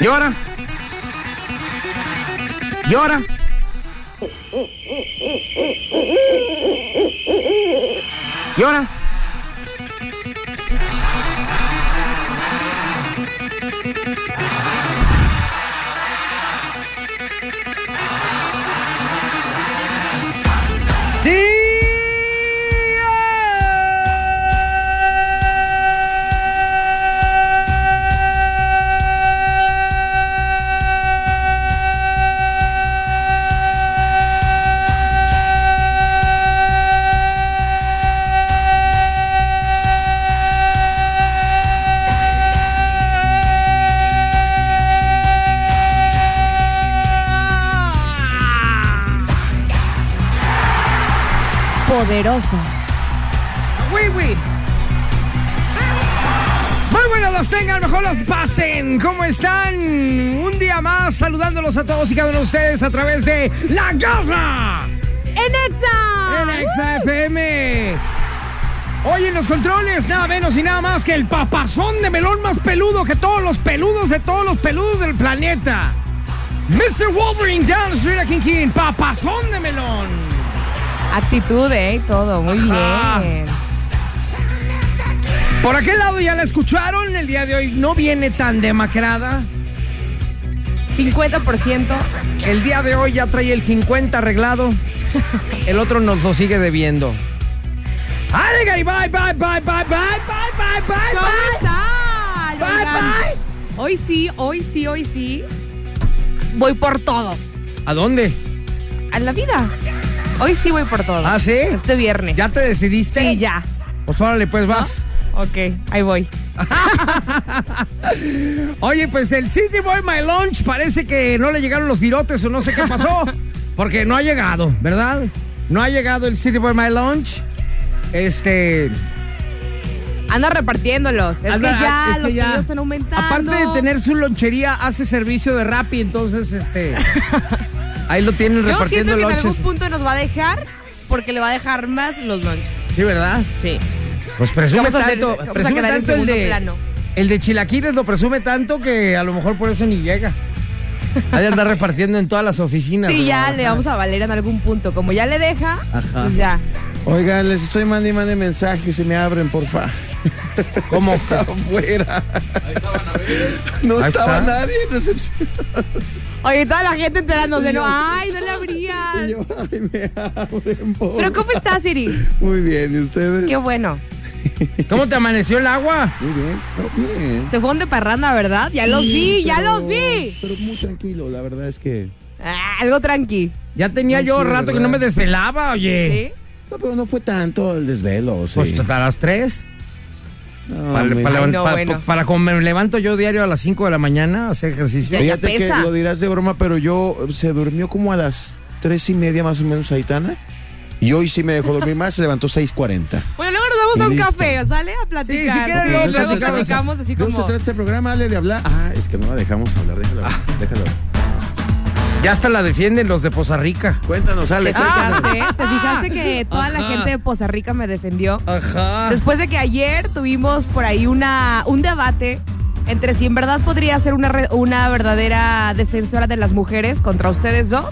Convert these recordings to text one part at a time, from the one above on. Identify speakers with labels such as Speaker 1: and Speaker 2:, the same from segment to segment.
Speaker 1: Llora. Llora. Llora.
Speaker 2: poderosa.
Speaker 1: ¡Wii, wii! Muy buenos los tengan, mejor los pasen. ¿Cómo están? Un día más saludándolos a todos y cada uno de ustedes a través de La Garra
Speaker 2: ¡En Exa!
Speaker 1: en Exa FM. Hoy en los controles, nada menos y nada más que el papazón de melón más peludo que todos los peludos de todos los peludos del planeta. Mr. Wolverine down the street a King King, papazón de melón.
Speaker 2: Actitud, ¿eh? Todo, muy
Speaker 1: Ajá.
Speaker 2: bien.
Speaker 1: Por aquel lado ya la escucharon, el día de hoy no viene tan demacrada.
Speaker 2: 50%.
Speaker 1: El día de hoy ya trae el 50 arreglado. El otro nos lo sigue debiendo. ¡Ale, Gary! Bye, bye, bye, bye, bye, bye, bye, bye,
Speaker 2: ¿Cómo
Speaker 1: bye.
Speaker 2: están?
Speaker 1: Bye,
Speaker 2: Oigan,
Speaker 1: bye.
Speaker 2: Hoy sí, hoy sí, hoy sí. Voy por todo.
Speaker 1: ¿A dónde?
Speaker 2: A la vida. Hoy sí voy por todo.
Speaker 1: ¿Ah, sí?
Speaker 2: Este viernes.
Speaker 1: ¿Ya te decidiste?
Speaker 2: Sí, ya.
Speaker 1: Pues órale, pues vas.
Speaker 2: Ok, ahí voy.
Speaker 1: Oye, pues el City Boy My Lunch parece que no le llegaron los virotes o no sé qué pasó. porque no ha llegado, ¿verdad? No ha llegado el City Boy My Lunch. Este.
Speaker 2: Anda repartiéndolos. Es
Speaker 1: Anda,
Speaker 2: que ya
Speaker 1: es que
Speaker 2: los
Speaker 1: ya.
Speaker 2: pedidos están aumentando.
Speaker 1: Aparte de tener su lonchería, hace servicio de Rappi, entonces este. ahí lo tienen
Speaker 2: Yo
Speaker 1: repartiendo
Speaker 2: siento que en algún
Speaker 1: lonches.
Speaker 2: punto nos va a dejar porque le va a dejar más los lonches.
Speaker 1: Sí, ¿verdad?
Speaker 2: Sí.
Speaker 1: Pues presume
Speaker 2: Vamos a hacer-
Speaker 1: tanto,
Speaker 2: vamos a
Speaker 1: presume
Speaker 2: quedar en
Speaker 1: tanto el
Speaker 2: segundo
Speaker 1: de.
Speaker 2: plano.
Speaker 1: El de Chilaquiles lo presume tanto que a lo mejor por eso ni llega. Hay de andar repartiendo en todas las oficinas.
Speaker 2: Sí,
Speaker 1: de
Speaker 2: ya
Speaker 1: Guadalajara.
Speaker 2: le vamos a valer en algún punto. Como ya le deja,
Speaker 1: Ajá.
Speaker 2: pues ya.
Speaker 3: Oigan, les estoy mandando y mande mensajes se me abren, porfa.
Speaker 1: ¿Cómo?
Speaker 3: Estaba afuera. No
Speaker 1: Ahí
Speaker 3: estaba
Speaker 1: está.
Speaker 3: nadie en recepción.
Speaker 2: Oye, toda la gente enterándose, ¿no? Ay, no le abrías.
Speaker 3: Y yo, ay, me abren, porfa.
Speaker 2: Pero ¿cómo estás, Siri?
Speaker 3: Muy bien, ¿y ustedes?
Speaker 2: Qué bueno.
Speaker 1: ¿Cómo te amaneció el agua?
Speaker 3: Muy bien, no, bien.
Speaker 2: Se fueron de parranda, ¿verdad? Ya los vi, ya
Speaker 3: Pero-
Speaker 2: los vi.
Speaker 3: Pero muy tranquilo, la verdad es que...
Speaker 2: Ah, algo tranqui.
Speaker 1: Ya tenía
Speaker 3: No,
Speaker 1: yo
Speaker 3: sí,
Speaker 1: rato que
Speaker 3: ¿verdad?
Speaker 1: no me desvelaba, oye.
Speaker 2: ¿Sí?
Speaker 3: No, pero no fue tanto el desvelo, sí.
Speaker 1: Pues hasta las 3.
Speaker 3: No,
Speaker 1: para,
Speaker 3: muy
Speaker 1: para
Speaker 2: Ay,
Speaker 3: bien.
Speaker 1: levant-
Speaker 2: no,
Speaker 1: pa-
Speaker 2: bueno.
Speaker 1: pa- para cuando me levanto yo diario a las 5 de la mañana a hacer ejercicio.
Speaker 2: Ya- ya
Speaker 3: Fíjate que
Speaker 2: pesa.
Speaker 3: lo dirás de broma, pero yo se durmió como a las tres y media más o menos Aitana. Y hoy sí me dejó dormir más, se levantó 6.40.
Speaker 2: Bueno, luego nos vamos a un
Speaker 3: Listo.
Speaker 2: café, ¿sale? A platicar.
Speaker 1: Sí, si quieres,
Speaker 2: Sí,
Speaker 1: luego
Speaker 2: luego
Speaker 1: platicamos.
Speaker 2: platicamos así
Speaker 3: ¿De dónde se
Speaker 2: como.
Speaker 3: trata este programa, Ale, de hablar? Ah, es que no la dejamos hablar, déjalo,
Speaker 1: Ah.
Speaker 3: déjalo.
Speaker 1: Ya hasta la defienden los de Poza Rica.
Speaker 3: Cuéntanos, Ale,
Speaker 2: ¿Te
Speaker 1: Ah.
Speaker 3: cuéntanos.
Speaker 2: fijaste? ¿Te fijaste que toda la
Speaker 1: Ajá. Ah.
Speaker 2: gente de Poza Rica me defendió?
Speaker 1: Ajá.
Speaker 2: Después de que ayer tuvimos por ahí una, un debate entre si en verdad podría ser una, re- una verdadera defensora de las mujeres contra ustedes dos.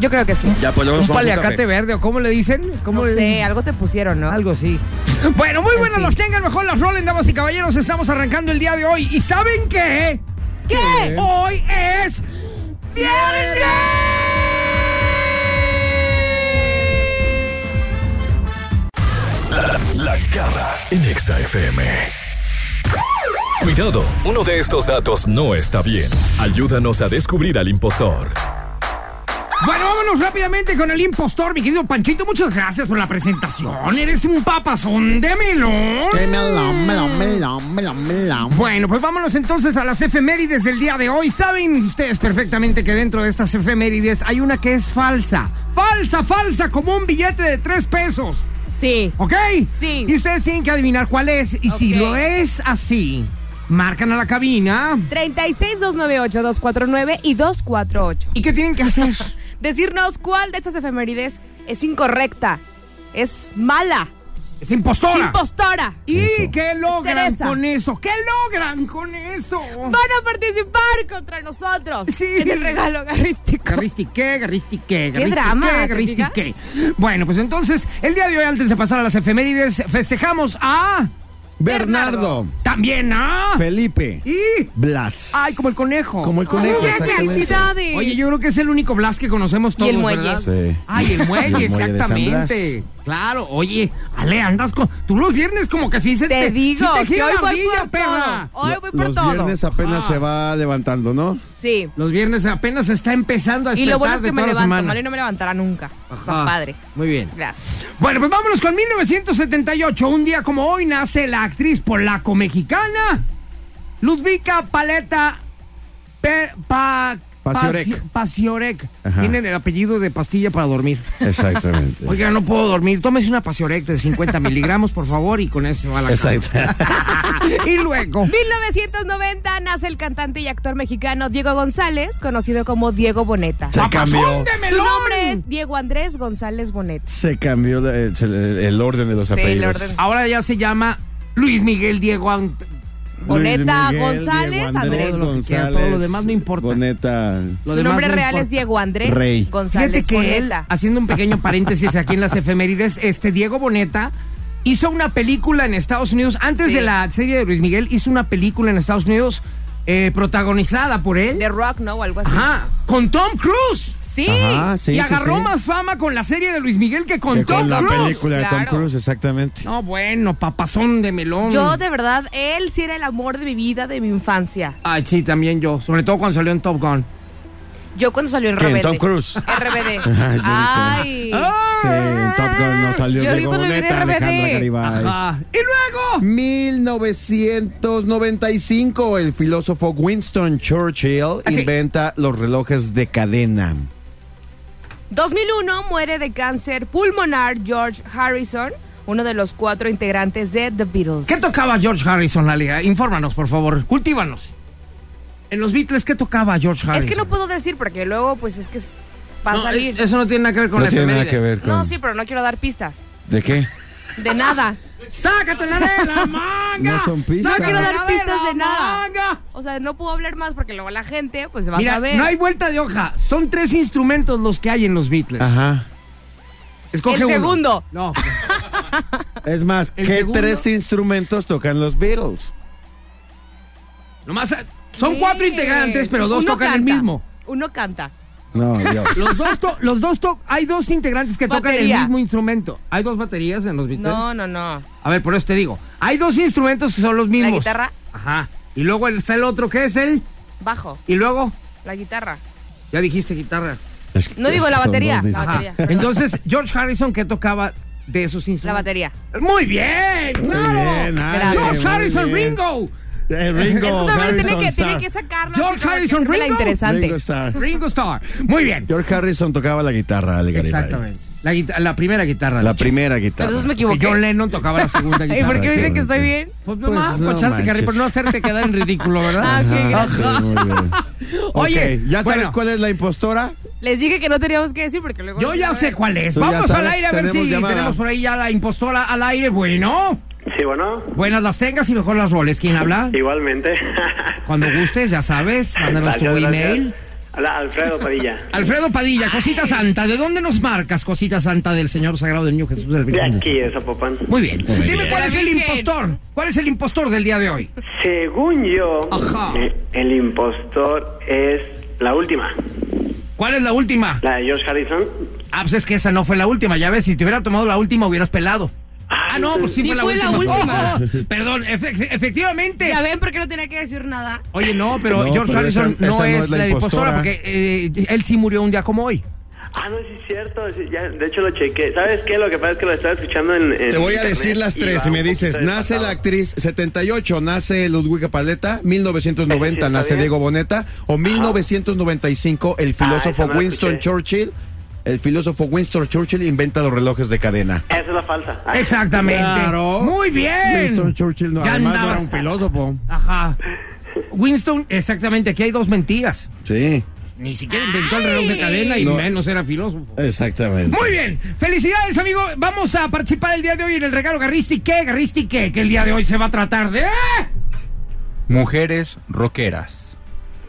Speaker 2: Yo creo que sí.
Speaker 3: Ya, pues luego
Speaker 1: Un
Speaker 3: nos vamos a
Speaker 1: paliacate verde, ¿o cómo le dicen? ¿Cómo
Speaker 2: No
Speaker 1: le
Speaker 2: sé,
Speaker 1: dicen?
Speaker 2: algo te pusieron, ¿no?
Speaker 1: Algo sí. Bueno, muy
Speaker 2: En
Speaker 1: buenas
Speaker 2: fin.
Speaker 1: las tengan, mejor las rolen, damas y caballeros. Estamos arrancando el día de hoy. ¿Y saben qué?
Speaker 2: ¿Qué?
Speaker 1: Hoy es. ¡Viernes!
Speaker 4: La Garra en Exa FM. Cuidado, uno de estos datos no está bien. Ayúdanos a descubrir al impostor.
Speaker 1: Bueno, vámonos vámonos rápidamente con el impostor, mi querido Panchito. Muchas gracias por la presentación. Eres un papazón de melón.
Speaker 3: Que melón, melón, melón, melón, melón.
Speaker 1: Bueno, pues vámonos entonces a las efemérides del día de hoy. Saben ustedes perfectamente que dentro de estas efemérides hay una que es falsa. Falsa, falsa, como un billete de tres pesos.
Speaker 2: Sí.
Speaker 1: ¿Ok?
Speaker 2: Sí.
Speaker 1: Y ustedes tienen que adivinar cuál es. Y si
Speaker 2: Ok.
Speaker 1: lo es así, marcan a la cabina.
Speaker 2: 36-298-249 y 248.
Speaker 1: ¿Y qué tienen que hacer?
Speaker 2: Decirnos cuál de estas efemérides es incorrecta, es mala,
Speaker 1: Es impostora.
Speaker 2: es impostora.
Speaker 1: ¿Y
Speaker 3: Eso.
Speaker 1: qué logran
Speaker 2: Teresa.
Speaker 1: con eso? ¿Qué logran con eso?
Speaker 2: Van a participar contra nosotros
Speaker 1: Sí.
Speaker 2: en el regalo garrístico.
Speaker 1: Garristiqué, garristiqué, garristiqué,
Speaker 2: drama, ¿te
Speaker 1: garristiqué. Bueno, pues entonces, el día de hoy, antes de pasar a las efemérides, festejamos a...
Speaker 3: Bernardo,
Speaker 1: También a...
Speaker 3: Felipe,
Speaker 1: y...
Speaker 3: Blas.
Speaker 1: Ay, como el conejo.
Speaker 3: Como el conejo,
Speaker 2: ¡Qué
Speaker 3: exactamente.
Speaker 2: felicidades!
Speaker 1: Oye, yo creo que es el único Blas que conocemos todos,
Speaker 2: el muelle.
Speaker 1: ¿verdad?
Speaker 3: Sí.
Speaker 1: Ay, el muelle,
Speaker 3: Y el muelle de San
Speaker 1: exactamente. Claro, oye, Ale, andas con... Tú los viernes como que sí se te...
Speaker 2: te digo
Speaker 1: sí te
Speaker 2: que
Speaker 1: gira
Speaker 2: hoy
Speaker 1: la
Speaker 2: voy
Speaker 1: ardilla,
Speaker 2: por
Speaker 1: perra.
Speaker 2: todo. Hoy
Speaker 3: Lo-
Speaker 2: voy por
Speaker 3: Los
Speaker 2: todo.
Speaker 3: viernes apenas
Speaker 1: Ah.
Speaker 3: se va levantando, ¿no?
Speaker 2: Sí.
Speaker 1: Los viernes apenas está empezando a
Speaker 2: Y
Speaker 1: despertar
Speaker 2: lo bueno es
Speaker 1: de
Speaker 2: que me
Speaker 1: toda la
Speaker 2: levanto,
Speaker 1: semana.
Speaker 2: Mario no me levantará nunca. Está
Speaker 1: Ajá.
Speaker 2: padre.
Speaker 1: Muy bien.
Speaker 2: Gracias.
Speaker 1: Bueno, pues vámonos con 1978. Un día como hoy nace la actriz polaco-mexicana Ludvika Paleta Pe- Pa-
Speaker 3: Pasiorek.
Speaker 1: Pasi- Pasiorek.
Speaker 3: Ajá.
Speaker 1: Tienen el apellido de pastilla para dormir.
Speaker 3: Exactamente.
Speaker 1: Oiga, no puedo dormir. Tómese una Pasiorek de 50 miligramos, por favor, y con eso a la cama.
Speaker 3: Exacto.
Speaker 1: Y luego.
Speaker 2: 1990 nace el cantante y actor mexicano Diego González, conocido como Diego Boneta.
Speaker 3: Se cambió.
Speaker 1: ¡Papazón de
Speaker 2: Su
Speaker 1: melón!
Speaker 2: nombre es Diego Andrés González Boneta.
Speaker 3: Se cambió la- el, el- el orden de los
Speaker 2: Sí, el
Speaker 3: apellidos.
Speaker 2: orden.
Speaker 1: Ahora ya se llama Luis Miguel Diego Ant-
Speaker 2: Boneta,
Speaker 3: Luis Miguel,
Speaker 2: González,
Speaker 3: Diego
Speaker 2: Andrés.
Speaker 1: Todo lo que quiera, todo lo demás no importa.
Speaker 3: Boneta.
Speaker 1: Lo
Speaker 2: Su
Speaker 1: demás
Speaker 2: nombre
Speaker 1: no
Speaker 2: real
Speaker 1: importa.
Speaker 2: es Diego Andrés
Speaker 3: Rey.
Speaker 2: González
Speaker 1: Fíjate que él,
Speaker 2: Boneta.
Speaker 1: haciendo un pequeño paréntesis aquí en las efemérides, este Diego Boneta hizo una película en Estados Unidos, antes
Speaker 2: Sí.
Speaker 1: de la serie de Luis Miguel, hizo una película en Estados Unidos eh, protagonizada por él.
Speaker 2: De Rock, ¿no? O algo así.
Speaker 1: Ajá, con Tom Cruise.
Speaker 2: Sí.
Speaker 3: Ajá, sí,
Speaker 1: y
Speaker 3: sí,
Speaker 1: agarró
Speaker 3: sí.
Speaker 1: más fama con la serie de Luis Miguel que con
Speaker 3: Que
Speaker 1: Tom
Speaker 3: con la
Speaker 1: Cruise.
Speaker 3: película de Tom
Speaker 2: claro.
Speaker 3: Cruise, exactamente.
Speaker 1: No, bueno, papazón de melón.
Speaker 2: Yo, de verdad, él sí era el amor de mi vida, de mi infancia.
Speaker 1: Ay, sí, también yo. Sobre todo cuando salió en Top Gun.
Speaker 2: Yo cuando salió en
Speaker 3: ¿Quién,
Speaker 2: Rebelde.
Speaker 3: Tom Cruise?
Speaker 2: RBD.
Speaker 3: Ajá, yo dije. "Ah".
Speaker 2: Ay.
Speaker 3: Sí, en Top Gun no salió
Speaker 2: Yo
Speaker 3: Diego
Speaker 2: digo lo de
Speaker 3: Boneta,
Speaker 2: RBD.
Speaker 3: Alejandra Garibay.
Speaker 1: Ajá. Y luego.
Speaker 3: 1995, el filósofo Winston Churchill
Speaker 1: Ah, sí.
Speaker 3: inventa los relojes de cadena.
Speaker 2: 2001 muere de cáncer pulmonar George Harrison, uno de los cuatro integrantes de The Beatles.
Speaker 1: ¿Qué tocaba George Harrison, Liga? Infórmanos, por favor. Cultívanos. En los Beatles, ¿qué tocaba George
Speaker 2: Es
Speaker 1: Harrison?
Speaker 2: que no puedo decir porque luego pues es que es- va a
Speaker 1: No,
Speaker 2: salir.
Speaker 1: eh, Eso no tiene nada que ver con
Speaker 3: No
Speaker 1: la
Speaker 3: tiene nada que
Speaker 1: efeméride.
Speaker 3: ver con...
Speaker 2: No, sí, pero no quiero dar pistas.
Speaker 3: ¿De qué?
Speaker 2: De nada.
Speaker 1: ¡Sácatela de la manga!
Speaker 3: No son pistas.
Speaker 2: No
Speaker 1: ¡Sácatela
Speaker 2: quiero dar pistas
Speaker 1: la
Speaker 2: de nada.
Speaker 1: manga!
Speaker 2: O sea, no puedo hablar más porque luego la gente pues se va a
Speaker 1: Mira,
Speaker 2: saber.
Speaker 1: no hay vuelta de hoja. Son tres instrumentos los que hay en los Beatles.
Speaker 3: Ajá.
Speaker 1: Escoge
Speaker 2: El
Speaker 1: uno.
Speaker 2: segundo.
Speaker 1: No. pues,
Speaker 3: Es más,
Speaker 1: ¿El
Speaker 3: ¿qué
Speaker 1: segundo?
Speaker 3: tres instrumentos tocan los Beatles?
Speaker 1: Nomás eh, son cuatro
Speaker 2: Sí.
Speaker 1: integrantes, pero dos
Speaker 2: Uno
Speaker 1: tocan el
Speaker 2: canta.
Speaker 1: mismo.
Speaker 2: Uno canta.
Speaker 3: No, Dios.
Speaker 1: Los dos, to- los dos to- hay dos integrantes que tocan el
Speaker 2: Batería.
Speaker 1: mismo instrumento. ¿Hay dos baterías en los Beatles?
Speaker 2: No, no, no.
Speaker 1: A ver, por eso te digo. Hay dos instrumentos que son los mismos.
Speaker 2: La guitarra,
Speaker 1: Ajá. Y luego está el otro que es el.
Speaker 2: bajo.
Speaker 1: Y luego.
Speaker 2: La guitarra.
Speaker 1: Ya dijiste guitarra.
Speaker 3: Es que-
Speaker 2: No digo
Speaker 3: es que
Speaker 2: la
Speaker 3: son
Speaker 2: batería, Ah,
Speaker 3: dos dis-
Speaker 2: la
Speaker 1: Ajá.
Speaker 2: batería.
Speaker 1: Entonces, George Harrison, ¿qué tocaba de esos
Speaker 2: La
Speaker 1: instrumentos?
Speaker 2: batería.
Speaker 1: ¡Muy bien! ¡Claro!
Speaker 3: bien, Ale,
Speaker 1: George
Speaker 3: muy
Speaker 1: Harrison
Speaker 3: bien.
Speaker 1: Ringo.
Speaker 3: Eh, Ringo,
Speaker 2: Eso solamente tiene
Speaker 3: Harrison
Speaker 2: que, tiene
Speaker 3: Starr.
Speaker 2: que sacarlo.
Speaker 1: George
Speaker 2: así como que
Speaker 1: Harrison,
Speaker 2: sea la
Speaker 1: Ringo.
Speaker 2: interesante.
Speaker 3: Ringo Starr.
Speaker 1: Ringo Starr. Muy bien.
Speaker 3: George Harrison tocaba la guitarra, Ale Garibay.
Speaker 1: Exactamente. La, guita- la primera guitarra.
Speaker 3: La
Speaker 1: de hecho.
Speaker 3: primera guitarra.
Speaker 2: Entonces me equivoqué.
Speaker 1: John Lennon tocaba la segunda
Speaker 2: ¿Y por
Speaker 1: guitarra.
Speaker 2: qué dicen que estoy bien?
Speaker 1: Pues
Speaker 3: Pues,
Speaker 1: nomás,
Speaker 3: no
Speaker 1: por echarte, Carrie,
Speaker 3: manches.
Speaker 1: por no hacerte quedar en ridículo, ¿verdad?
Speaker 2: Ah, ok, gracias.
Speaker 3: Ok, muy bien.
Speaker 1: Oye,
Speaker 3: Ok, ¿ya sabes
Speaker 1: bueno.
Speaker 3: cuál es la impostora?
Speaker 2: Les dije que no teníamos que decir porque luego.
Speaker 1: Yo ya sé cuál es.
Speaker 3: Tú ya
Speaker 1: Vamos al
Speaker 3: sabes,
Speaker 1: aire a ver
Speaker 3: tenemos
Speaker 1: si
Speaker 3: llamada.
Speaker 1: tenemos por ahí ya la impostora al aire. Bueno,
Speaker 5: Sí, bueno,
Speaker 1: buenas las tengas y mejor las roles. ¿Quién habla?
Speaker 5: igualmente.
Speaker 1: Cuando gustes, ya sabes, mándanos tu
Speaker 5: Gracias, gracias.
Speaker 1: email.
Speaker 5: Hola, Alfredo Padilla.
Speaker 1: Alfredo Padilla, Cosita Santa, ¿de dónde nos marcas, Cosita Santa del Señor Sagrado del Niño Jesús del
Speaker 5: De
Speaker 1: Virgen?
Speaker 5: aquí, de Zapopan.
Speaker 1: Muy bien. Dime cuál es el
Speaker 2: Virgen.
Speaker 1: impostor. ¿Cuál es el impostor del día de hoy?
Speaker 5: Según yo,
Speaker 1: Ajá.
Speaker 5: eh, el impostor es la última,
Speaker 1: ¿Cuál es la última?
Speaker 5: la de George Harrison.
Speaker 1: Ah, pues es que esa no fue la última, ya ves, si te hubiera tomado la última hubieras pelado. Ah, no, pues sí,
Speaker 2: Sí
Speaker 1: fue la
Speaker 2: fue la
Speaker 1: última.
Speaker 2: última.
Speaker 1: Oh, perdón, efe- efectivamente.
Speaker 2: Ya ven por qué no tenía que decir nada.
Speaker 1: Oye, no, pero
Speaker 3: No,
Speaker 1: George
Speaker 3: pero
Speaker 1: Harrison
Speaker 3: esa-
Speaker 1: no,
Speaker 3: esa
Speaker 1: es la impostora, porque eh, él sí murió un día como hoy.
Speaker 6: Ah, no, sí es cierto. sí, ya, de hecho, lo chequé. ¿Sabes qué? Lo que pasa es que lo estaba escuchando en. en
Speaker 3: Te voy a
Speaker 6: internet
Speaker 3: decir las
Speaker 6: y
Speaker 3: tres
Speaker 6: va
Speaker 3: y me
Speaker 6: un poquito
Speaker 3: dices, nace la
Speaker 6: desfasado.
Speaker 3: actriz 78, nace Ludwig Paleta, 1990
Speaker 6: Está
Speaker 3: nace
Speaker 6: bien.
Speaker 3: Diego Boneta o 1995 el filósofo
Speaker 6: esa no la
Speaker 3: Winston
Speaker 6: escuché.
Speaker 3: Churchill, el filósofo Winston Churchill inventa los relojes de cadena.
Speaker 6: Esa es la falsa. Ah,
Speaker 1: Exactamente. Muy bien.
Speaker 3: Winston Churchill no,
Speaker 1: Ya
Speaker 3: además no
Speaker 1: andabas-
Speaker 3: era un filósofo.
Speaker 1: Ajá. Winston, exactamente, aquí hay dos mentiras.
Speaker 3: Sí,
Speaker 1: Ni siquiera inventó el reloj de cadena y
Speaker 3: No.
Speaker 1: menos era filósofo.
Speaker 3: exactamente.
Speaker 1: Muy bien, felicidades amigo. Vamos a participar el día de hoy en el regalo Garristi qué, Garristi qué, que el día de hoy se va a tratar de... ¿eh?
Speaker 7: Mujeres rockeras.